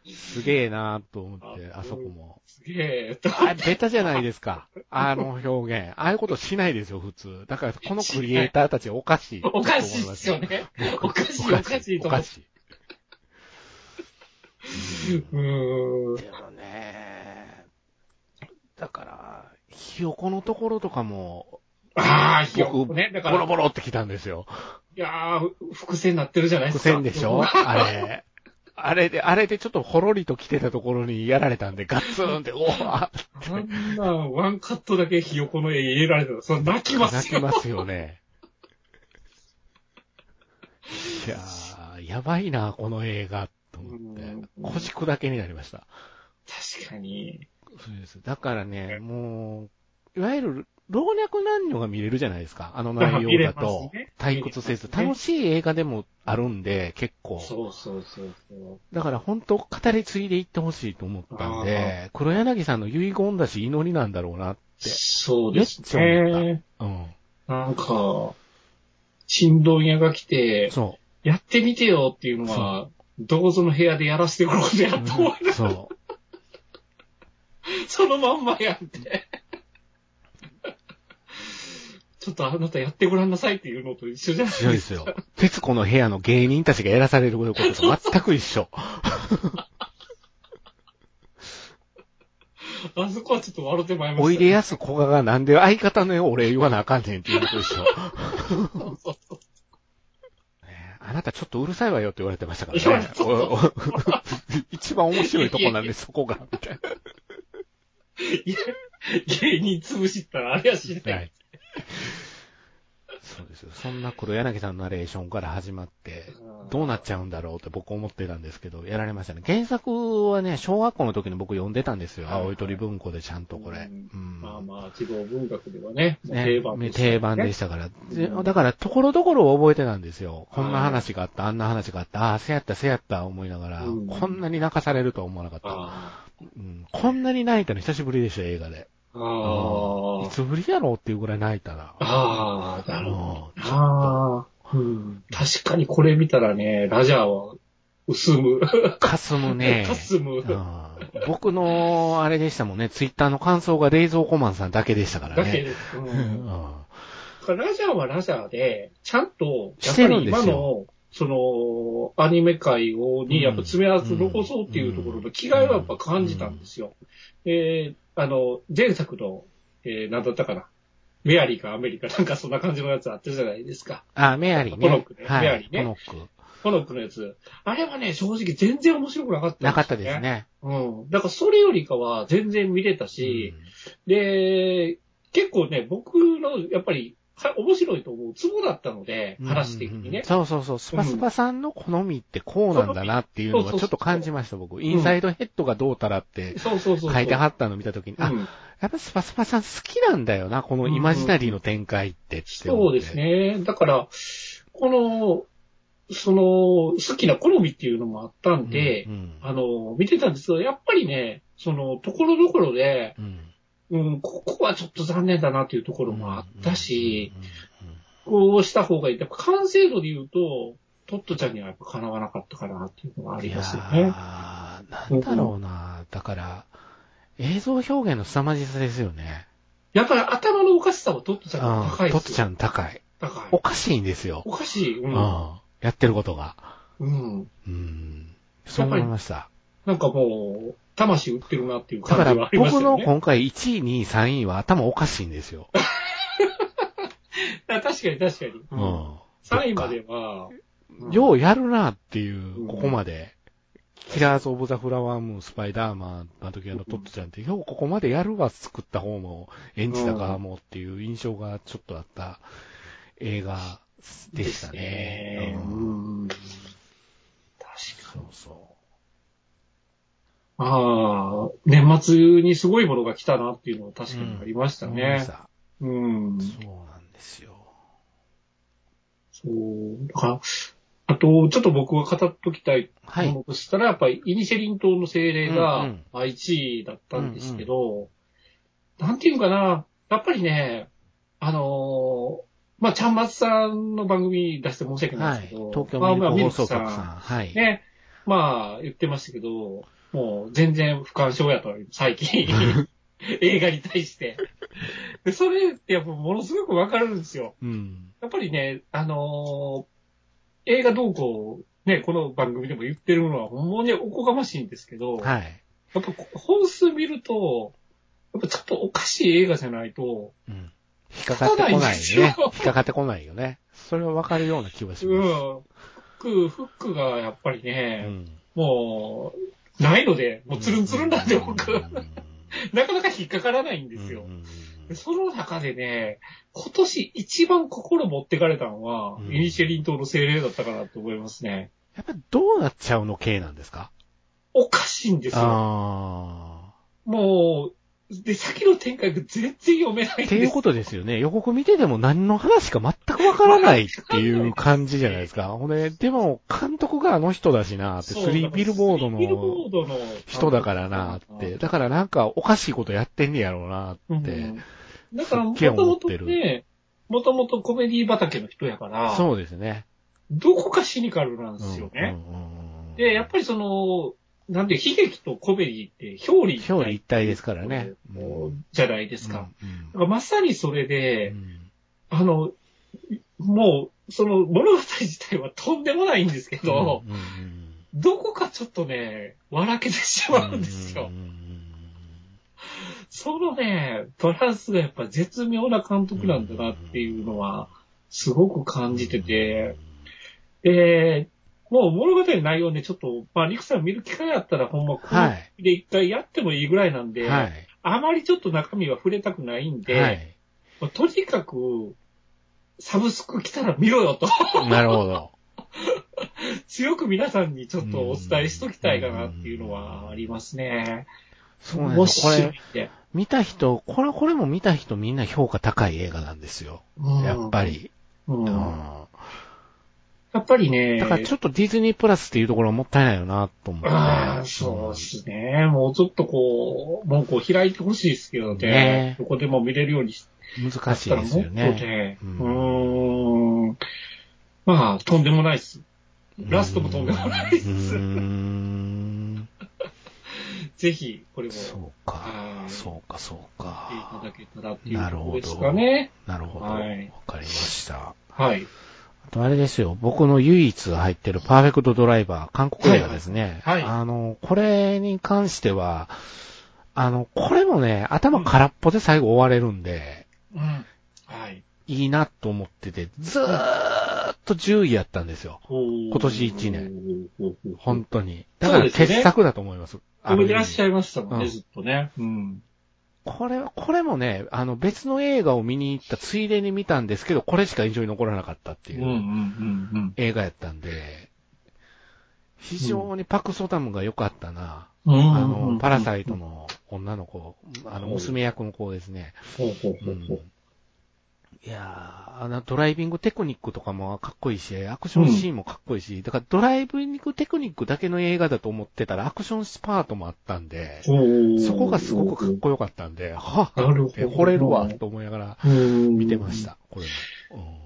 Speaker 2: すげえなと思って、あそこも。
Speaker 3: すげえ。
Speaker 2: あれ、ベタじゃないですか。あの表現。ああいうことしないですよ、普通。だから、このクリエイターたちおかしい。
Speaker 3: おかしいっすよ。ね。おかしい、おかしい
Speaker 2: お
Speaker 3: と思
Speaker 2: か
Speaker 3: って。
Speaker 2: しい。
Speaker 3: うーん。
Speaker 2: でもね、だから、ひよこのところとかも、
Speaker 3: ああ、ひよこ
Speaker 2: 僕、
Speaker 3: ね。だか
Speaker 2: ボ
Speaker 3: ら、
Speaker 2: ロボ
Speaker 3: い
Speaker 2: ロってきたんですよ。
Speaker 3: やー、伏線になってるじゃないで
Speaker 2: 伏
Speaker 3: すか。
Speaker 2: 線でしょあれ。あれで、あれでちょっとほろりと来てたところにやられたんで、ガツ ンって、おわ
Speaker 3: あんな、ワンカットだけひよこの絵入れられたら、それ泣きます
Speaker 2: 泣き
Speaker 3: よ。
Speaker 2: ますよね。いやー、やばいな、この映画、と思って
Speaker 3: うん。
Speaker 2: 腰砕けになりました。
Speaker 3: 確かに。
Speaker 2: そうです。だからね、もう、いわゆる、老若男女が見れるじゃないですか。あの 内容だと
Speaker 3: 見れますね。
Speaker 2: 退屈せず。
Speaker 3: 見れますね
Speaker 2: 楽しい映画でもあるんで、結構。
Speaker 3: そうそうそうそう。
Speaker 2: だから本当、語り継いでいってほしいと思ったんで、黒柳さんの遺言だし祈りなんだろうな。
Speaker 3: そうです
Speaker 2: めっちゃ思
Speaker 3: ね。
Speaker 2: うん。
Speaker 3: なんか、新聞屋が来て、
Speaker 2: そ
Speaker 3: やってみてよっていうのは、どうぞの部屋でやらせてくれことやっと終わ
Speaker 2: う。そ
Speaker 3: る。 そのまんまやって。 ちょっとあなたやってごらんなさいっていうのと一緒じゃな
Speaker 2: う。
Speaker 3: い
Speaker 2: 強いですよ。徹子の部屋の芸人たちがやらされることと全く一 緒。
Speaker 3: あそこはちょっと笑ってまいりました。
Speaker 2: おいでやすこががなんで相方のお礼言わなあかんねんっていうのと一 緒。
Speaker 3: そうそうそう
Speaker 2: ねあなたちょっとうるさいわよって言われてましたから
Speaker 3: 言われ
Speaker 2: ね。
Speaker 3: た
Speaker 2: おお一番面白いとこなんで、そこが。みたい
Speaker 3: いや芸人潰しったらあれやし
Speaker 2: な
Speaker 3: な。
Speaker 2: はいいそうですよ。そんな黒柳さんのナレーションから始まって、どうなっちゃうんだろうって僕思ってたんですけど、やられましたね。原作はね、小学校の時に僕読んでたんですよ。
Speaker 3: はいはい
Speaker 2: 青い鳥文庫でちゃんとこれ。
Speaker 3: うん
Speaker 2: うん
Speaker 3: まあまあ、児童文学ではね、もう
Speaker 2: ね、
Speaker 3: 定番です、
Speaker 2: 定番でしたから。で
Speaker 3: うん
Speaker 2: だから、ところどころを覚えてたんですよ。
Speaker 3: はい
Speaker 2: こんな話があった、あんな話があった、ああ、せやった、せやった、思いながら、
Speaker 3: うん
Speaker 2: こんなに泣かされるとは思わなかった。
Speaker 3: あ
Speaker 2: うん、こんなに泣いたの久しぶりでした、映画で。
Speaker 3: あ。あ
Speaker 2: い
Speaker 3: あ。
Speaker 2: つぶりやろうっていうぐらい泣いたな。
Speaker 3: ああ、な
Speaker 2: う
Speaker 3: るほど。
Speaker 2: ん
Speaker 3: ああ、うん。確かにこれ見たらね、ラジャーは薄む。
Speaker 2: かすむ ね。
Speaker 3: かす
Speaker 2: う
Speaker 3: む。
Speaker 2: ん僕の、あれでしたもんね、ツイッターの感想が冷蔵庫マンさんだけでしたから
Speaker 3: だけ
Speaker 2: ね。
Speaker 3: ど、う、
Speaker 2: うん
Speaker 3: だ
Speaker 2: ん
Speaker 3: からラジャーはラジャーで、ちゃんと、や
Speaker 2: し
Speaker 3: っぱ
Speaker 2: てるん
Speaker 3: り
Speaker 2: ですよ
Speaker 3: 今の、その、アニメ界を、に、やっぱ爪痕残そうっていうところの気概はやっぱ感じたんですよ。えー、あの、前作の、えー、なんだったかな。メアリーかアメリカなんかそんな感じのやつあったじゃないですか。
Speaker 2: あ、メアリー
Speaker 3: コノッ
Speaker 2: ね
Speaker 3: ク。ね
Speaker 2: は
Speaker 3: メアリ
Speaker 2: い
Speaker 3: ー、ね
Speaker 2: コノック。
Speaker 3: コノックのやつ。あれはね、正直全然面白くなかったんよ
Speaker 2: なかったですね。
Speaker 3: うん。だからそれよりかは全然見れたし、で、結構ね、僕のやっぱりは面白いと思うツボだったので、
Speaker 2: うん
Speaker 3: 話的に
Speaker 2: うんうん
Speaker 3: ね。
Speaker 2: そうそうそう。スパスパさんの好みってこうなんだなっていうのはちょっと感じました、僕。インサイドヘッドがどうたらって
Speaker 3: そうそうそうそう。
Speaker 2: 書いてはったの見たときに、あ
Speaker 3: う、ん
Speaker 2: やっぱスパスパさん好きなんだよな、このイマジナリーの展開ってって思
Speaker 3: そ
Speaker 2: っ
Speaker 3: う
Speaker 2: て
Speaker 3: です。ね。だから、この、その、好きな好みっていうのもあったんで、
Speaker 2: うんうん
Speaker 3: あの、見てたんですけど、やっぱりね、その、ところどころで、
Speaker 2: うん
Speaker 3: うん、ここはちょっと残念だなっていうところもあったし、、
Speaker 2: うんうんうん
Speaker 3: こうした方がいい。やっぱ完成度で言うと、トットちゃんにはやっぱかなわなかったかなっていうのがありますよ
Speaker 2: い
Speaker 3: ね。
Speaker 2: やーなんだろうな、だから、映像表現の凄まじさですよね。
Speaker 3: だから頭のおかしさはトット
Speaker 2: う
Speaker 3: ち
Speaker 2: ん
Speaker 3: ゃんの方が高い
Speaker 2: ト
Speaker 3: で
Speaker 2: ット
Speaker 3: す
Speaker 2: ち
Speaker 3: よ。
Speaker 2: ゃん高い。
Speaker 3: 高い
Speaker 2: お。かしいんですよ。
Speaker 3: おかしい。う
Speaker 2: うん
Speaker 3: ん。
Speaker 2: やってることが。
Speaker 3: うん。
Speaker 2: うん。そう思いました。
Speaker 3: なんかもう、魂売ってるなっていう
Speaker 2: だ
Speaker 3: 感
Speaker 2: か
Speaker 3: じ
Speaker 2: ら
Speaker 3: はあります
Speaker 2: 僕
Speaker 3: よ
Speaker 2: の
Speaker 3: ね。
Speaker 2: 今回1位、2位、3位は頭おかしいんですよ。
Speaker 3: あ確かに確かに。
Speaker 2: う。
Speaker 3: うんん。3位までは、
Speaker 2: どっ
Speaker 3: う
Speaker 2: か
Speaker 3: ん
Speaker 2: ようやるなっていうう、
Speaker 3: ん
Speaker 2: ここまで。キラーズ・オブ・ザ・フラワームーン、スパイダーマンの時あのトットちゃんって、ようここまでやるわ、作った方も、演じた側もっていう印象がちょっとあった映画でしたね。
Speaker 3: です
Speaker 2: う
Speaker 3: うんん。確か
Speaker 2: そうそ
Speaker 3: ああ、年末にすごいものが来たなっていうのは確かにありまし
Speaker 2: う。
Speaker 3: たね。
Speaker 2: さ
Speaker 3: うん。
Speaker 2: そうなんですよ。
Speaker 3: そう。だから、あと、ちょっと僕が語っときたい
Speaker 2: は
Speaker 3: も
Speaker 2: い。
Speaker 3: のとしたら、やっぱりイニシェリン島の精霊
Speaker 2: うんう
Speaker 3: が
Speaker 2: ん、
Speaker 3: まあ1位だったんですけど、なんていうのかな、やっぱりね、あのーまあ、ちゃんまつさんの番組出して申し訳ない
Speaker 2: は
Speaker 3: で
Speaker 2: い。
Speaker 3: すけど、
Speaker 2: 東京
Speaker 3: ま
Speaker 2: ミル
Speaker 3: あま
Speaker 2: ク
Speaker 3: あミ
Speaker 2: 放
Speaker 3: ルク
Speaker 2: 送局
Speaker 3: さ
Speaker 2: さん。
Speaker 3: ん、
Speaker 2: はい。
Speaker 3: ね、まあ、言ってましたけど、もう全然不干渉やと、最 近。映画に対して。で、それってやっぱものすごくわかるんですよ。
Speaker 2: うん。
Speaker 3: やっぱりね、あのー映画どうこう、ね、この番組でも言ってるのは、ほんまにおこがましいんですけど、やっ
Speaker 2: はい。
Speaker 3: ぱ本数見ると、やっぱちょっとおかしい映画じゃないと、
Speaker 2: うん。引っかかってこない
Speaker 3: 立たないん
Speaker 2: ね
Speaker 3: です。よ
Speaker 2: 引っかかってこないよね。それはわかるような気はし
Speaker 3: うん、
Speaker 2: ます。
Speaker 3: フック、フックがやっぱり
Speaker 2: う
Speaker 3: ね、
Speaker 2: ん。
Speaker 3: もう、ないので、もうツルンツルンなんで僕、
Speaker 2: うんう
Speaker 3: なん かなか引っかからないんですよ
Speaker 2: う。ん
Speaker 3: でその中でね、今年一番心持ってかれたのは、
Speaker 2: うん
Speaker 3: イニシェリン島の精霊だったかなと思いますね。
Speaker 2: やっぱりどうなっちゃうの系なんですか
Speaker 3: おかしいんですよ。
Speaker 2: あ
Speaker 3: もう、で、先の展開が全然読めないん
Speaker 2: あ。
Speaker 3: で
Speaker 2: っ
Speaker 3: す
Speaker 2: ていうことですよね。予告見てても何の話か全くわからないっていう感じじゃない ですか。ほんで、でも監督があの人だしなって、
Speaker 3: そう
Speaker 2: スリービルボード
Speaker 3: スリービルボ
Speaker 2: の
Speaker 3: ードの
Speaker 2: 人だからなって。。だからなんかおかしいことやってんねやろうな
Speaker 3: う
Speaker 2: って。
Speaker 3: ん、だから、も
Speaker 2: すっげえ
Speaker 3: と
Speaker 2: 思
Speaker 3: も
Speaker 2: っ
Speaker 3: と
Speaker 2: てる
Speaker 3: ね、もともとコメディ畑の人やから、
Speaker 2: そうですね。
Speaker 3: どこかシニカルなんですよね。
Speaker 2: うんうんうんうん
Speaker 3: で、やっぱりその、なんで悲劇とコメディって表裏
Speaker 2: 表裏一体ですからね。うん
Speaker 3: じゃないですか。
Speaker 2: うんうん
Speaker 3: だからまさにそれで、
Speaker 2: うん
Speaker 3: あの、もう、その物語自体はとんでもないんですけど、
Speaker 2: うんうんうん
Speaker 3: どこかちょっとね、笑けてしまうんですよ。
Speaker 2: うんうんうん
Speaker 3: そのね、バランスがやっぱ絶妙な監督なんだなっていうのは、すごく感じてて、で、もう物語の内容ね、ちょっと、まあ、リクさん見る機会あったら、ほんま、こ
Speaker 2: は
Speaker 3: の
Speaker 2: い。
Speaker 3: で一回やってもいいぐらいなんで、
Speaker 2: はい。
Speaker 3: あまりちょっと中身は触れたくないんで、
Speaker 2: はい。
Speaker 3: まあとにかく、サブスク来たら見ろよと、
Speaker 2: なるほど。
Speaker 3: 強く皆さんにちょっとお伝えしときたいかなっていうのはありますね。
Speaker 2: そうなんですよ。こ
Speaker 3: 面白
Speaker 2: れ
Speaker 3: い、って
Speaker 2: 見た人、これ、これも見た人みんな評価高い映画なんですよ。やっぱ。り。
Speaker 3: うん
Speaker 2: う
Speaker 3: うん
Speaker 2: ん
Speaker 3: やっぱりね、
Speaker 2: だからちょっとディズニープラスっていうところはもったいないよな、と思って。
Speaker 3: ああ、そうですね。もうちょっとこう、文句を開いてほしいですけどね。
Speaker 2: ね
Speaker 3: どこでも見れるようにし
Speaker 2: うん
Speaker 3: た
Speaker 2: 難しい
Speaker 3: ら
Speaker 2: で
Speaker 3: もっ
Speaker 2: す
Speaker 3: と
Speaker 2: よね。
Speaker 3: ね。う
Speaker 2: う
Speaker 3: ー
Speaker 2: ん
Speaker 3: ん。まあ、とんでもないです。ラストもとんでもないです。
Speaker 2: うーん。
Speaker 3: ぜひ、これも、
Speaker 2: そうか。
Speaker 3: はい
Speaker 2: そうか、そう
Speaker 3: 見てい
Speaker 2: か
Speaker 3: た。だけたらっていう
Speaker 2: な
Speaker 3: こ
Speaker 2: るほ
Speaker 3: と
Speaker 2: ど
Speaker 3: ですかね。
Speaker 2: なるほど。わ
Speaker 3: はい
Speaker 2: かりました。
Speaker 3: はい。
Speaker 2: あとあれですよ、僕の唯一入ってるパーフェクトドライバー、韓国映画ですね。
Speaker 3: はいはいはい
Speaker 2: あの、これに関しては、あの、これもね、頭空っぽで最後終われるんで、
Speaker 3: うん。はい。
Speaker 2: いいなと思ってて、ずーっと10位やったんですよ。
Speaker 3: 今
Speaker 2: 今年一年。本当に。だ
Speaker 3: そ
Speaker 2: か
Speaker 3: う
Speaker 2: ら
Speaker 3: ですね
Speaker 2: 傑作だと思います。あ
Speaker 3: 止
Speaker 2: の
Speaker 3: めてらっしゃいましたもん
Speaker 2: う
Speaker 3: ね、
Speaker 2: ん
Speaker 3: ずっとね。うん。
Speaker 2: これは、これもね、あの、別の映画を見に行ったついでに見たんですけど、これしか印象に残らなかったって
Speaker 3: う
Speaker 2: い
Speaker 3: ん
Speaker 2: う。
Speaker 3: うんうん
Speaker 2: 映画やったんで、非常にパクソタムが良かったな。
Speaker 3: うん。
Speaker 2: あの、パラサイト
Speaker 3: の。
Speaker 2: の女の子、あの、
Speaker 3: うん
Speaker 2: 娘役の子ですね。
Speaker 3: ほうほう
Speaker 2: う
Speaker 3: ほうんほう。
Speaker 2: いやーあの、ドライビングテクニックとかもかっこいいし、アクションシーンもかっこいいし、だからドライビングテクニックだけの映画だと思ってたら、アクションスパートもあったんで、そこがすごくかっこよかったんで、はっ
Speaker 3: なるほ
Speaker 2: って
Speaker 3: ど。
Speaker 2: 惚れるわ、と思いながら見
Speaker 3: 見
Speaker 2: てまし。た、これも。うん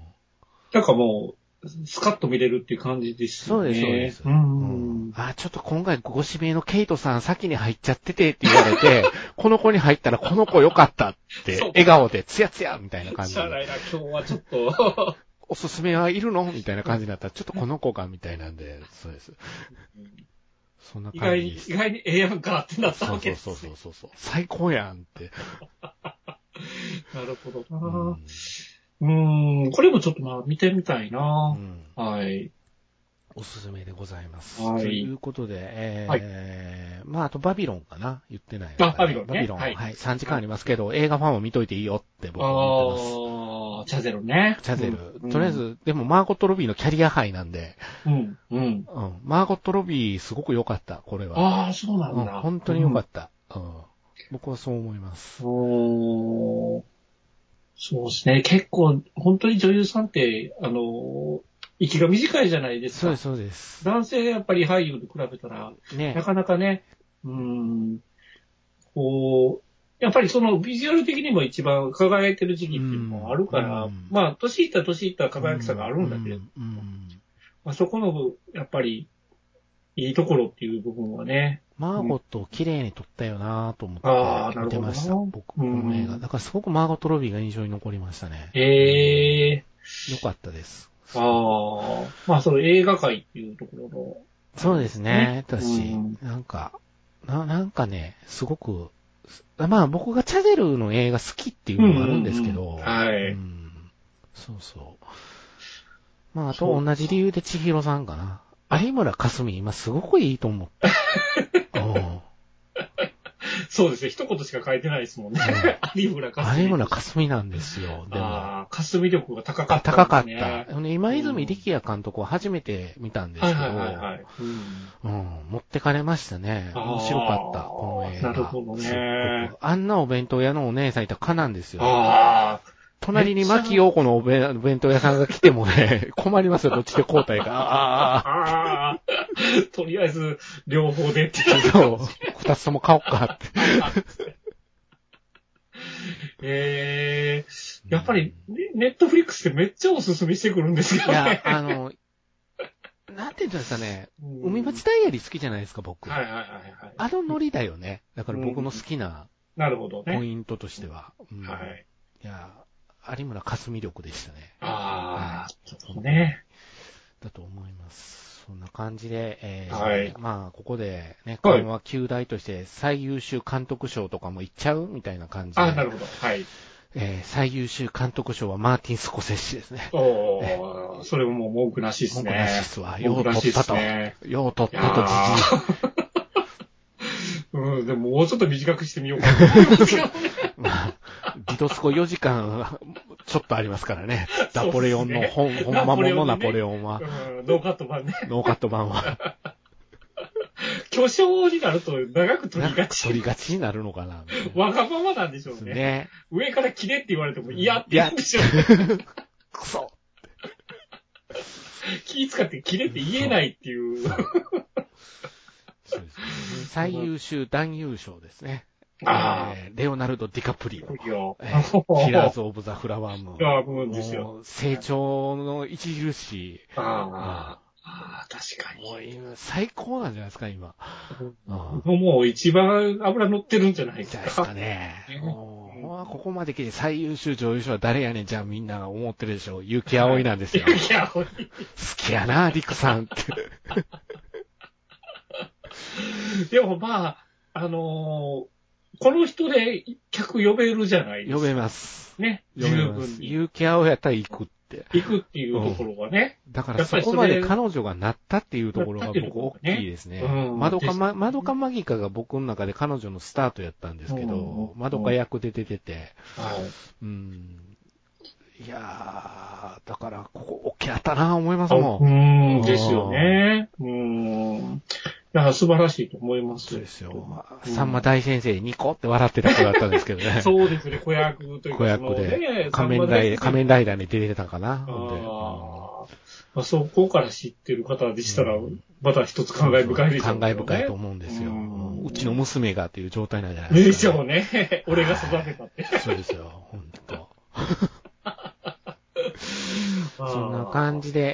Speaker 3: なんかもう、スカッと見れるっていう感じです
Speaker 2: そ
Speaker 3: よ
Speaker 2: う
Speaker 3: ね。
Speaker 2: です、そうです。
Speaker 3: う
Speaker 2: うん
Speaker 3: ん。
Speaker 2: あ、ちょっと今回ご指名のケイトさん先に入っちゃっててって言われて、 この子に入ったらこの子良かったって、
Speaker 3: そう
Speaker 2: 笑顔でツヤツヤみたいな感じ
Speaker 3: しゃあな
Speaker 2: で、
Speaker 3: いな、今日はちょっ と。
Speaker 2: おすすめはいるのみたいな感じになったら、ちょっとこの子がみたいなんで、そうです。そんな
Speaker 3: 意
Speaker 2: 感
Speaker 3: 外
Speaker 2: じ
Speaker 3: に、
Speaker 2: で
Speaker 3: 意
Speaker 2: す。
Speaker 3: 外にええやんかってなった
Speaker 2: そ
Speaker 3: わ
Speaker 2: う
Speaker 3: け
Speaker 2: そう
Speaker 3: で
Speaker 2: そうそ
Speaker 3: すね。
Speaker 2: うそうそう。最高やんって。
Speaker 3: なるほど
Speaker 2: う。
Speaker 3: なんうん。これもちょっとまあ見てみたいうなんはい。
Speaker 2: おすすめでございます。
Speaker 3: はい
Speaker 2: ということで、えー
Speaker 3: はい
Speaker 2: まあ、あとバビロンかな言ってない。
Speaker 3: あバビロンね
Speaker 2: バビロン。は、
Speaker 3: はいい
Speaker 2: 3時間ありますけど、映画ファンを見といていいよって僕
Speaker 3: あ
Speaker 2: は思ってます。
Speaker 3: あ、チャゼルね。
Speaker 2: チャゼル。
Speaker 3: うん
Speaker 2: とりあえず、、でもマーゴット・ロビーのキャリアハイなんで、
Speaker 3: うん、うん。
Speaker 2: うん、マーゴット・ロビーすごく良かった、これは。
Speaker 3: ああ、そうなん
Speaker 2: うん、
Speaker 3: だ。
Speaker 2: 本当に良かった、うん僕はそう思います。
Speaker 3: おーそうですね。結構、本当に女優さんって、あの、息が短いじゃないです
Speaker 2: そう
Speaker 3: か。
Speaker 2: です、そうです。
Speaker 3: 男性やっぱり俳優に比べたら、な
Speaker 2: ね。
Speaker 3: かなかね、うん、こう、やっぱりそのビジュアル的にも一番輝いてる時期っていうのもあるから、
Speaker 2: うん
Speaker 3: まあ、年いった年いった輝きさがあるんだけれど、
Speaker 2: うんうん
Speaker 3: まあ、そこの、やっぱり、いいところっていう部分はね、
Speaker 2: マーゴットを綺麗に撮ったよなぁと思
Speaker 3: あー
Speaker 2: って
Speaker 3: なるほど
Speaker 2: 見てました、僕、こ
Speaker 3: うん
Speaker 2: の映画。だからすごくマーゴット・ロビーが印象に残りましたね。
Speaker 3: ええ
Speaker 2: 良かったです。
Speaker 3: ああ、まあ、その映画界っていうところの、
Speaker 2: そうですね、私
Speaker 3: うん。
Speaker 2: なんか、ななんかね、すごく、まあ僕がチャゼルの映画好きっていうのもあるんですけど、
Speaker 3: うんうんうんはい
Speaker 2: うんそうそう。まああと同じ理由で千尋さんかな。有村架純今すごくいいと思 った。うん
Speaker 3: そうですね、一言しか書いてないですもんね。有村架純。
Speaker 2: 有村架純なんですよ、でも。
Speaker 3: ああ、霞力が高かった、
Speaker 2: 高かっ
Speaker 3: ね
Speaker 2: た。今泉力也監督は初めて見たんです
Speaker 3: は
Speaker 2: け
Speaker 3: い
Speaker 2: ど、
Speaker 3: はいはいはい。うん
Speaker 2: うん、持ってかれましたね。
Speaker 3: あー
Speaker 2: 面白かった、この映画。
Speaker 3: なるほどね
Speaker 2: すっごくあんなお弁当屋のお姉さんいたらかなんですよ。
Speaker 3: ああ、
Speaker 2: 隣に牧陽子のお弁お弁当屋さんが来ても ね、困りますよ、どっちで交代か。あーあ
Speaker 3: ああ、とりあえず、両方 でって。
Speaker 2: ー、そう、二つとも買おうかって。
Speaker 3: ええやっぱり、ねネットフリックスってめっちゃおすすめしてくるんですよ
Speaker 2: いや
Speaker 3: ね。、
Speaker 2: あの、なんて言うんですかね、
Speaker 3: うん
Speaker 2: 海町ダイアリー好きじゃないですか、僕。
Speaker 3: はいはいはいはい。
Speaker 2: あのノリだよね。だから僕の好きな
Speaker 3: なるほど
Speaker 2: ポ
Speaker 3: ね。
Speaker 2: イントとしては。うん
Speaker 3: はい。
Speaker 2: いや、有村架純力でしたね。
Speaker 3: ああ、ちょっとね。
Speaker 2: だと思います。そんな感じで、えー
Speaker 3: はい
Speaker 2: まあ、ここでね、
Speaker 3: はい
Speaker 2: 今後は旧大として最優秀監督賞とかもいっちゃうみたいな感じで、
Speaker 3: ああ、なるほど。はい。
Speaker 2: えー最優秀監督賞はマーティン・スコセッシですね。
Speaker 3: おお、それももう文句なしです
Speaker 2: 文
Speaker 3: ね。
Speaker 2: 句なしっすわ。よ
Speaker 3: 文
Speaker 2: う
Speaker 3: 句な
Speaker 2: 取っ
Speaker 3: しで
Speaker 2: た
Speaker 3: す
Speaker 2: と。
Speaker 3: ね。
Speaker 2: よう取ったと、じじい。
Speaker 3: うん、でももうちょっと短くしてみようかなと思うんですけどね。
Speaker 2: まあ、ディドスコ4時間、ちょっとありますから ね。ナポレオンの本、
Speaker 3: そうです
Speaker 2: 本
Speaker 3: ね
Speaker 2: 間ものナ
Speaker 3: ナ
Speaker 2: ポ
Speaker 3: ポ
Speaker 2: レ
Speaker 3: レ
Speaker 2: オンは、
Speaker 3: うん、ノーカット版ね。
Speaker 2: ノーカット版は、
Speaker 3: 巨匠になると長く取りが
Speaker 2: 取り
Speaker 3: ち。
Speaker 2: がちになるのか な。みたいな
Speaker 3: わがままなんでしょうね。
Speaker 2: ね。
Speaker 3: 上から切れって言われても嫌って言うんでしょうね。
Speaker 2: くそ。
Speaker 3: 気使って切れって言えないっていう。
Speaker 2: そうですね。最優秀男優賞ですね。
Speaker 3: あ
Speaker 2: えーレオナルド・ディカプリ
Speaker 3: あ、
Speaker 2: オ。
Speaker 3: いや。
Speaker 2: えーキラーズ・オブ・ザ・フラワームーン。
Speaker 3: ああ、部分ですよ。
Speaker 2: もう成長の著しい。
Speaker 3: ああ、ああ確かに。
Speaker 2: もう今、最高なんじゃないですか、今。うん
Speaker 3: もう一番油乗ってるんじゃないで
Speaker 2: じ
Speaker 3: す
Speaker 2: ゃないです
Speaker 3: か。
Speaker 2: かね。
Speaker 3: ね
Speaker 2: もう
Speaker 3: うん
Speaker 2: ほんまここまで来て最優秀女優賞は誰やねんじゃあみんなが思ってるでしょう。結城葵なんですよ。好
Speaker 3: いや、ほんと
Speaker 2: きやな、リクさんって。
Speaker 3: でもまあ、あのーこの人で客呼べるじゃないです
Speaker 2: 呼
Speaker 3: か。
Speaker 2: べます。
Speaker 3: ね。
Speaker 2: 呼
Speaker 3: 十
Speaker 2: べ
Speaker 3: 分
Speaker 2: ます。
Speaker 3: に
Speaker 2: 結城葵やったら行くって。
Speaker 3: 行くっていうところはね。
Speaker 2: だからそこまで彼女がなったっていうところが
Speaker 3: なったっていう
Speaker 2: 僕
Speaker 3: とこ
Speaker 2: 大
Speaker 3: ろがね
Speaker 2: きいですね
Speaker 3: う。ん
Speaker 2: マドカマ、マドカマギカが僕の中で彼女のスタートやったんですけど、
Speaker 3: うん
Speaker 2: マドカ役で出てて、
Speaker 3: はい。
Speaker 2: うん。いやー、だからここ大きやったな思います
Speaker 3: う
Speaker 2: もん。
Speaker 3: ーん、ですよね。うーん。だから素晴らしいと思います。
Speaker 2: そうですよ。
Speaker 3: うん。
Speaker 2: さんま大先生ニコって笑ってた子だったんですけどね
Speaker 3: そうですね、子役というか、
Speaker 2: 子役
Speaker 3: その
Speaker 2: で
Speaker 3: ね、
Speaker 2: 仮面ライダー、
Speaker 3: さん
Speaker 2: 仮
Speaker 3: ま
Speaker 2: 面ライダーに出てたかな。
Speaker 3: あ
Speaker 2: ほんでうん
Speaker 3: ーまあ、そこから知ってる方でしたら、また一つ感慨深いでしょう
Speaker 2: 感
Speaker 3: ね。
Speaker 2: 慨深いと思うんですよ。
Speaker 3: う
Speaker 2: うんんうちの娘がっていう状態なんじゃない
Speaker 3: で
Speaker 2: です
Speaker 3: し
Speaker 2: かね。
Speaker 3: ょうね。 俺が育てたって。
Speaker 2: そうですよ、ほんと。そんな感じで、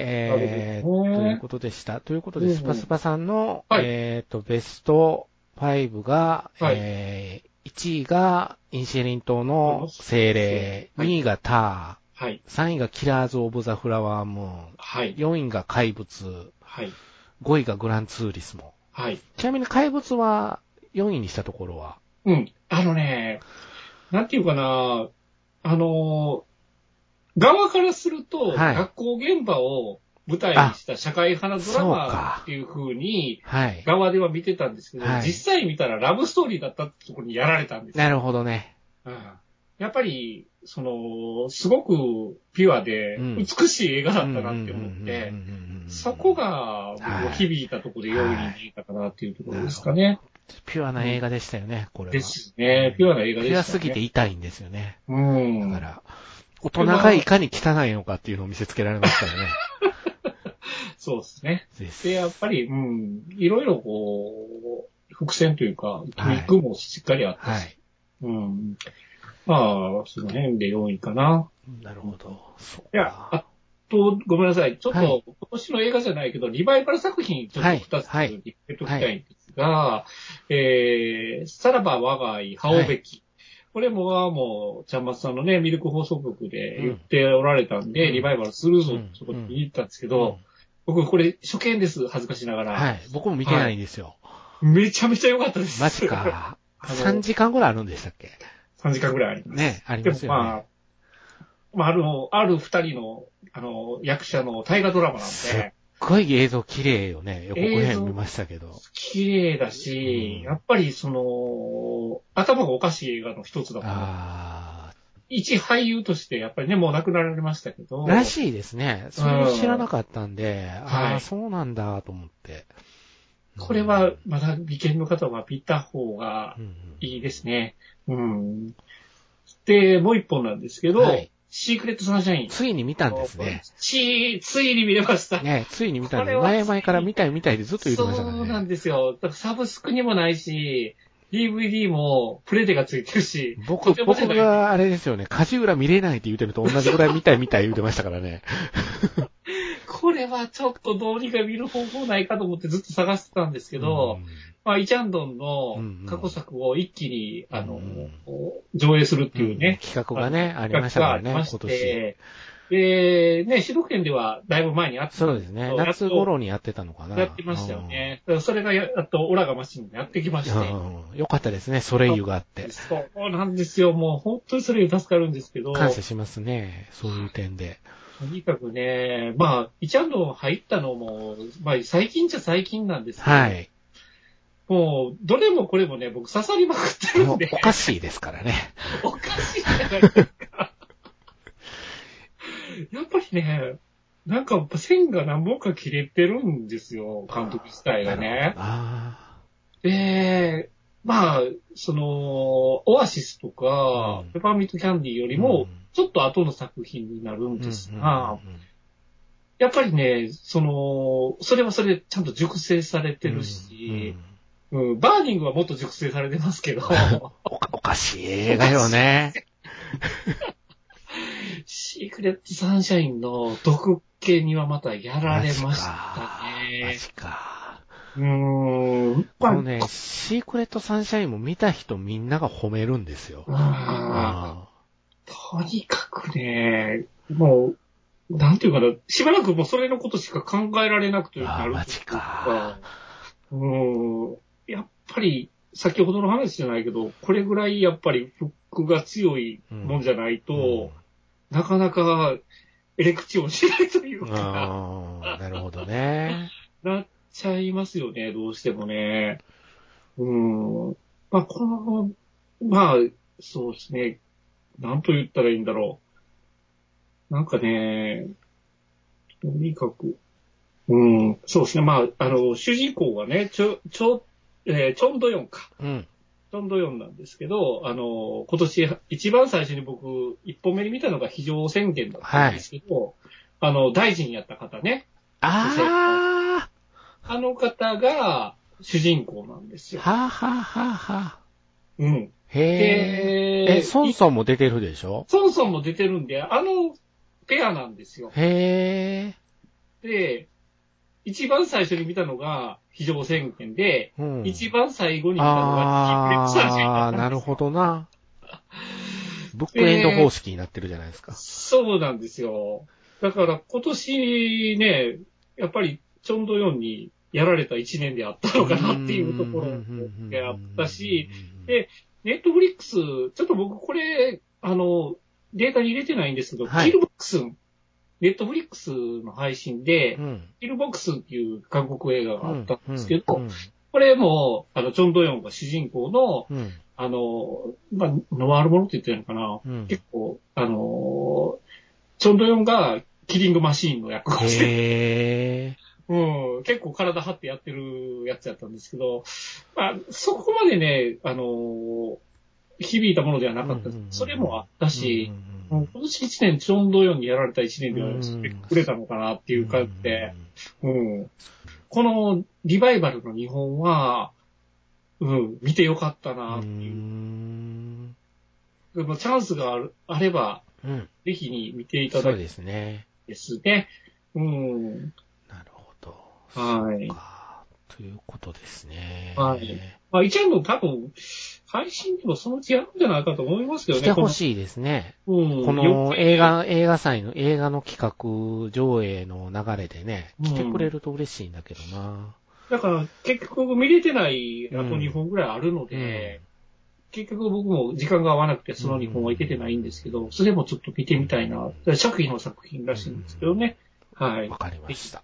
Speaker 2: えー、
Speaker 3: なるほどね
Speaker 2: ということでした。ということ
Speaker 3: うん
Speaker 2: で、
Speaker 3: うん
Speaker 2: スパスパさんの、
Speaker 3: はい
Speaker 2: えっ、と、ベスト5が、
Speaker 3: はい
Speaker 2: えー、1位がインシェリン島の精霊、
Speaker 3: はい
Speaker 2: 2位がタ
Speaker 3: あー。はい。
Speaker 2: ー、3位がキラーズ・オブ・ザ・フラワームーン、
Speaker 3: はい。
Speaker 2: 4位が怪物、
Speaker 3: はい。
Speaker 2: 5位がグランツーリスモ。
Speaker 3: はい。
Speaker 2: ちなみに怪物は4位にしたところは、
Speaker 3: うん。あのね、なんていうかな、あのー側からすると、
Speaker 2: はい
Speaker 3: 学校現場を舞台にした社会派なドラ
Speaker 2: そう
Speaker 3: マ
Speaker 2: か
Speaker 3: っていう風に、
Speaker 2: はい。
Speaker 3: 側では見てたんですけど、
Speaker 2: はい
Speaker 3: 実際見たらラブストーリーだったってところにやられたんですよ。
Speaker 2: なるほどね。
Speaker 3: うんやっぱり、その、すごくピュアで、
Speaker 2: うん
Speaker 3: 美しい映画だったなって思って、
Speaker 2: うんうんうんうんうん
Speaker 3: そこ、が僕は響いたところで4位に入ったかなっていうところですかね。
Speaker 2: ピュアな映画でしたよね、これは。
Speaker 3: ですね。ピュアな映画でした、ね。
Speaker 2: ピュアすぎて。痛いんですよね。
Speaker 3: うん。
Speaker 2: だから、大人がいかに汚いのかっていうのを見せつけられます からね。
Speaker 3: そうですね。
Speaker 2: です
Speaker 3: で、やっぱり、うん、いろいろこう、伏線というか、トリックもしっかりあったし、
Speaker 2: はい。
Speaker 3: うん。まあ、その辺で4位かな。
Speaker 2: なるほど。そう
Speaker 3: い
Speaker 2: か
Speaker 3: や、あと、ごめんなさい。ちょっと、
Speaker 2: はい
Speaker 3: 今年の映画じゃないけど、リバイバル作品、ちょっと
Speaker 2: はい
Speaker 3: 2つ
Speaker 2: はい
Speaker 3: 言っておきたいんですが、えー、さらば我が家、羽尾べき。これもはもう、ちゃんまつさんのね、ミルク放送局で言っておられたんで、
Speaker 2: うん
Speaker 3: リバイバルする
Speaker 2: う
Speaker 3: ぞ
Speaker 2: ん、
Speaker 3: そこで言ったんですけど、僕これ初見です、恥ずかしながら。
Speaker 2: はい。僕も見てないんですよ。
Speaker 3: めちゃめちゃ良かったです。
Speaker 2: マジ。 か。
Speaker 3: あの
Speaker 2: 3時間ぐらいあるんでしたっけ
Speaker 3: 3時間ぐらいあります。
Speaker 2: ね、あり
Speaker 3: で
Speaker 2: ま
Speaker 3: も
Speaker 2: すよ
Speaker 3: ま
Speaker 2: ね
Speaker 3: あ。、まあ、ある、ある二人の、あの、役者の大河ドラマなんで、
Speaker 2: すっごい映像綺麗よね。予告編見ましたけど。
Speaker 3: 綺麗だ
Speaker 2: うん
Speaker 3: し、やっぱりその、頭がおかしい映画の一つだから、
Speaker 2: ああ、
Speaker 3: 一俳優として、やっぱりね、もう亡くなられましたけど、
Speaker 2: らしいですね。それを知らなかったんで、あ
Speaker 3: は
Speaker 2: あ、
Speaker 3: い
Speaker 2: そうなんだと思って。
Speaker 3: これは、まだ美見の方は見た方が
Speaker 2: うん
Speaker 3: いいですね。うん。で、もう一本なんですけど、
Speaker 2: はい
Speaker 3: シークレットサンシャイン。
Speaker 2: ついに見たんですね。
Speaker 3: ちついに見れました。
Speaker 2: ね、ついに見たんで、
Speaker 3: これは
Speaker 2: 前々から見たい見たいでずっと言ってましたからね。
Speaker 3: そうなんですよ。だからサブスクにもないし、DVD もプレテがついてるし、
Speaker 2: 僕
Speaker 3: と、てもじ
Speaker 2: 僕
Speaker 3: ゃない
Speaker 2: があれですよね、梶浦見れないって言ってるのと同じぐらい見たい見たい言ってましたからね。
Speaker 3: これはちょっとどうにか見る方法ないかと思ってずっと探してたんですけど、
Speaker 2: うん
Speaker 3: まあ、イチャンド
Speaker 2: う
Speaker 3: ン
Speaker 2: んうん
Speaker 3: の過去作を一気に、あの、
Speaker 2: うん
Speaker 3: 上映するっていうね、
Speaker 2: 企画がね、ありましたか
Speaker 3: があ
Speaker 2: ら
Speaker 3: り
Speaker 2: ね、
Speaker 3: ま
Speaker 2: 今
Speaker 3: し
Speaker 2: 年。
Speaker 3: て、で、ね、主導権ではだいぶ前にあった
Speaker 2: そうですね、夏頃にやってたのかな。
Speaker 3: やってましたよね。だからそれがややっとオラがマシンにやってきまして、
Speaker 2: うん。うんよかったですね、ソレイユがあって。
Speaker 3: そうなんですよ。もう本当にそれで助かるんですけど。
Speaker 2: 感謝しますね、そういう点で。
Speaker 3: とにかくね、まあ、イチャンドン入ったのも、まあ、最近じゃ最近なんですけど、
Speaker 2: はい。
Speaker 3: もう、どれもこれもね、僕刺さりまくってる
Speaker 2: も
Speaker 3: ん
Speaker 2: う
Speaker 3: で
Speaker 2: お、かしいですからね。
Speaker 3: おかしいじゃないですか。 やっぱりね、なんか線が何本か切れてるんですよ、監督自体がね。
Speaker 2: あ
Speaker 3: で、まあ、その、オアシスとか、
Speaker 2: うん
Speaker 3: ペパーミントキャンディーよ
Speaker 2: ー
Speaker 3: り
Speaker 2: う
Speaker 3: も
Speaker 2: ん、
Speaker 3: ちょっと後の作品になるん
Speaker 2: うんうんうん
Speaker 3: ですが、やっぱりね、その、それはそれでちゃんと熟成されてるし、
Speaker 2: うん
Speaker 3: うんバーニングはもっと熟成されてます けど、
Speaker 2: おかおかしい映画よね。
Speaker 3: シークレットサンシャインの毒系にはまたやられました
Speaker 2: マ
Speaker 3: ね。
Speaker 2: ジか。
Speaker 3: うーん。
Speaker 2: こ
Speaker 3: ま
Speaker 2: のね、シークレットサンシャインも見た人みんなが褒めるんですよ。
Speaker 3: あ、うんとにかくね、もう、なんていうかな、しばらくもうそれのことしか考えられなくて
Speaker 2: あ
Speaker 3: な
Speaker 2: ー
Speaker 3: る
Speaker 2: マジか。
Speaker 3: うん。やっぱり、先ほどの話じゃないけど、これぐらいやっぱりフックが強いもんじゃないと、なかなかエレクチョンしないという
Speaker 2: うん
Speaker 3: か、
Speaker 2: あーなるほどね。
Speaker 3: なっちゃいますよね、どうしてもね。うん。まあ、この、まあ、そうですね。なんと言ったらいいんだろう。なんかね、とにかく、うん、そうですね。まあ、あの、主人公がね、ちょ、ちょ、えーチョンドヨンか。
Speaker 2: うん。
Speaker 3: チョンドヨンなんですけど、あの、今年一番最初に僕、一本目に見たのが非常宣言だったんですけど、あの、大臣やった方ね、
Speaker 2: あ
Speaker 3: あの方が主人公なんで
Speaker 2: あ
Speaker 3: すよ。
Speaker 2: はあはあはあはあ。
Speaker 3: うん。
Speaker 2: へえ。
Speaker 3: で、
Speaker 2: え、ソン
Speaker 3: い
Speaker 2: ソンも出てるでしょ
Speaker 3: ソンソンも出てるんで、あのペアなんですよ。
Speaker 2: へえ。
Speaker 3: で、一番最初に見たのが非常宣言で、
Speaker 2: うん
Speaker 3: 一番最後に見たのがキープレッサージェンだ
Speaker 2: あ
Speaker 3: っ
Speaker 2: あ、
Speaker 3: たん
Speaker 2: な
Speaker 3: で
Speaker 2: る
Speaker 3: すよ
Speaker 2: ほどな。ブックエンド方式になってるじゃないですか。
Speaker 3: そうなんですよ。だから今年ね、やっぱりチョンドヨンにやられた一年であったのかなっていうところであったし、でネットフリックス、ちょっと僕これ、あの、データに入れてないんですけど、
Speaker 2: はい
Speaker 3: キルボックス、ネットフリックスの配信で、
Speaker 2: うん、
Speaker 3: キルボックスっていう韓国映画があったんですけど、
Speaker 2: うん
Speaker 3: これも、あの、チョンドヨンが主人公の、
Speaker 2: うん
Speaker 3: あの、まあ、ノワールものって言ってるのかな。
Speaker 2: うん。
Speaker 3: 結構、あの、チョンドヨンがキリングマシーンの役をして
Speaker 2: へえ。
Speaker 3: うん、結構体張ってやってるやつやったんですけど、まあ、そこまでね、あのー響いたものではなかった、
Speaker 2: うんうんうん
Speaker 3: それもあったし、
Speaker 2: う
Speaker 3: うん
Speaker 2: うん
Speaker 3: 今年1年、チョンドヨンにやられた1年では
Speaker 2: うん
Speaker 3: くれたのかなっていう感じで、うん。このリバイバルの日本は、うん、見てよかった
Speaker 2: う
Speaker 3: なっていう。
Speaker 2: ん。
Speaker 3: でもチャンスがあるあれば、
Speaker 2: うん。
Speaker 3: ぜひに見ていた
Speaker 2: そ
Speaker 3: だ
Speaker 2: う
Speaker 3: きたい
Speaker 2: ですね。
Speaker 3: ですね。うん。
Speaker 2: なるほど。
Speaker 3: はい
Speaker 2: そうか。ということですね。
Speaker 3: はいまあ、一年も多分、配信でもそのうちやるんじゃないかと思いますけど
Speaker 2: 来
Speaker 3: ね。
Speaker 2: てほしいですね。
Speaker 3: この、うん、
Speaker 2: この映
Speaker 3: 映画。
Speaker 2: 画、映画祭の、映画の企画上映の流れでね、
Speaker 3: うん
Speaker 2: 来てくれると嬉しいんだけどな。
Speaker 3: だから、結局見れてない、あと2本ぐらいあるので、結局僕も時間が合わなくて、その2本はいけてないんですけど、それもちょっと見てみたいな。だから作品の作品らしいんですけどね。は
Speaker 2: うん
Speaker 3: い
Speaker 2: わ。かりました。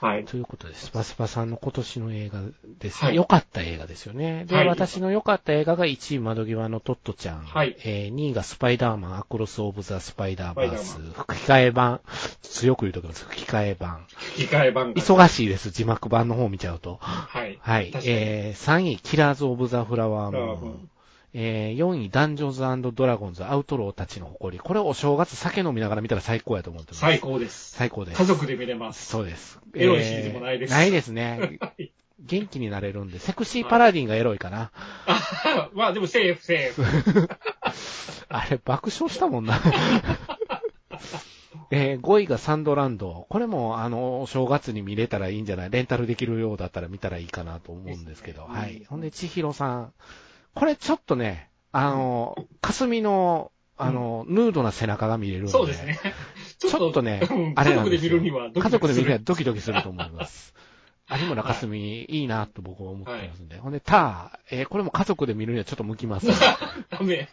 Speaker 3: はい。
Speaker 2: ということです。バスパさんの今年の映画です。
Speaker 3: はい
Speaker 2: 良かった映画ですよね。で、
Speaker 3: はい
Speaker 2: 私の良かった映画が1位、窓際のトットちゃん。
Speaker 3: はい
Speaker 2: えー、2位がスパイダーマン、アクロス・オブ・ザ・スパイダーバース
Speaker 3: スパイ。
Speaker 2: 吹き替え版。強く言うときます。吹き替え版。
Speaker 3: 吹き替え版が。
Speaker 2: 忙しいです。字幕版の方見ちゃうと。
Speaker 3: はい。
Speaker 2: はい。
Speaker 3: 確かに
Speaker 2: えー、3位、キラーズ・オブ・ザ・フラワームー
Speaker 3: フラワームー
Speaker 2: ン
Speaker 3: ン。
Speaker 2: えー、4位、ダンジョンズドラゴンズ、アウトローたちの誇り。これお正月酒飲みながら見たら最高やと思ってます。
Speaker 3: 最。高です。
Speaker 2: 最高です。
Speaker 3: 家族で見れます。
Speaker 2: そうです。
Speaker 3: エロいシリーズもないです
Speaker 2: ないです ね。
Speaker 3: い
Speaker 2: 元気になれるんで、セクシーパラディンがエロいかな。
Speaker 3: あまあでもセーフ、セーフ。
Speaker 2: あれ、爆笑したもん な。えー5位がサンドランド。これも、あの、正月に見れたらいいんじゃないレンタルできるようだったら見たらいいかなと思うんですけど。
Speaker 3: ですね
Speaker 2: は
Speaker 3: うん
Speaker 2: い。ほんで、千尋さん。これちょっとね、あの、霞の、あの、ヌードな背中が見れるんで。
Speaker 3: そうですね。ち
Speaker 2: ちょっとね
Speaker 3: うん、
Speaker 2: あれ
Speaker 3: 家
Speaker 2: なん
Speaker 3: 族で
Speaker 2: です
Speaker 3: 見
Speaker 2: よ
Speaker 3: るにはド
Speaker 2: 家
Speaker 3: キドキする、
Speaker 2: 族で見るにはドキドキすると思い ます。有村架純、い、いなと僕は思ってますんで。ほんで、ター、えーこれも家族で見るにはちょっと向きません。
Speaker 3: ダ メ。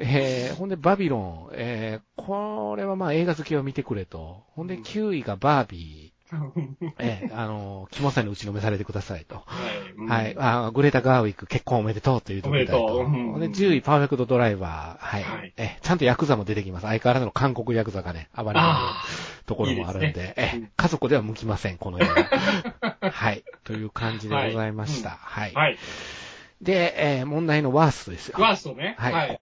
Speaker 2: えーほんで、バビロン、えーこれはまあ映画好きを見てくれと。ほんで、
Speaker 3: うん
Speaker 2: 9位がバービ
Speaker 3: は
Speaker 2: ー、えーあのー、キモさに打ちのめされてくださいと。
Speaker 3: い。うん
Speaker 2: はい。。あーグレタ・ガーウィック、結婚おめでとうというところと。
Speaker 3: おめでとううん
Speaker 2: ほんで、10位、パーフェクトドライバー。はい。
Speaker 3: はい
Speaker 2: えーちゃんとヤクザも出てきます。相変わらずの韓国ヤクザがね、暴れます。
Speaker 3: あ
Speaker 2: ところもあるんで、
Speaker 3: いいですね
Speaker 2: え
Speaker 3: う
Speaker 2: え
Speaker 3: ん
Speaker 2: 家族では向きません、この映 画。はい。という感じでございました。はい。
Speaker 3: あ。はい。
Speaker 2: で、えー問題のワーストですよ。
Speaker 3: ワーストね。
Speaker 2: はい。
Speaker 3: はい。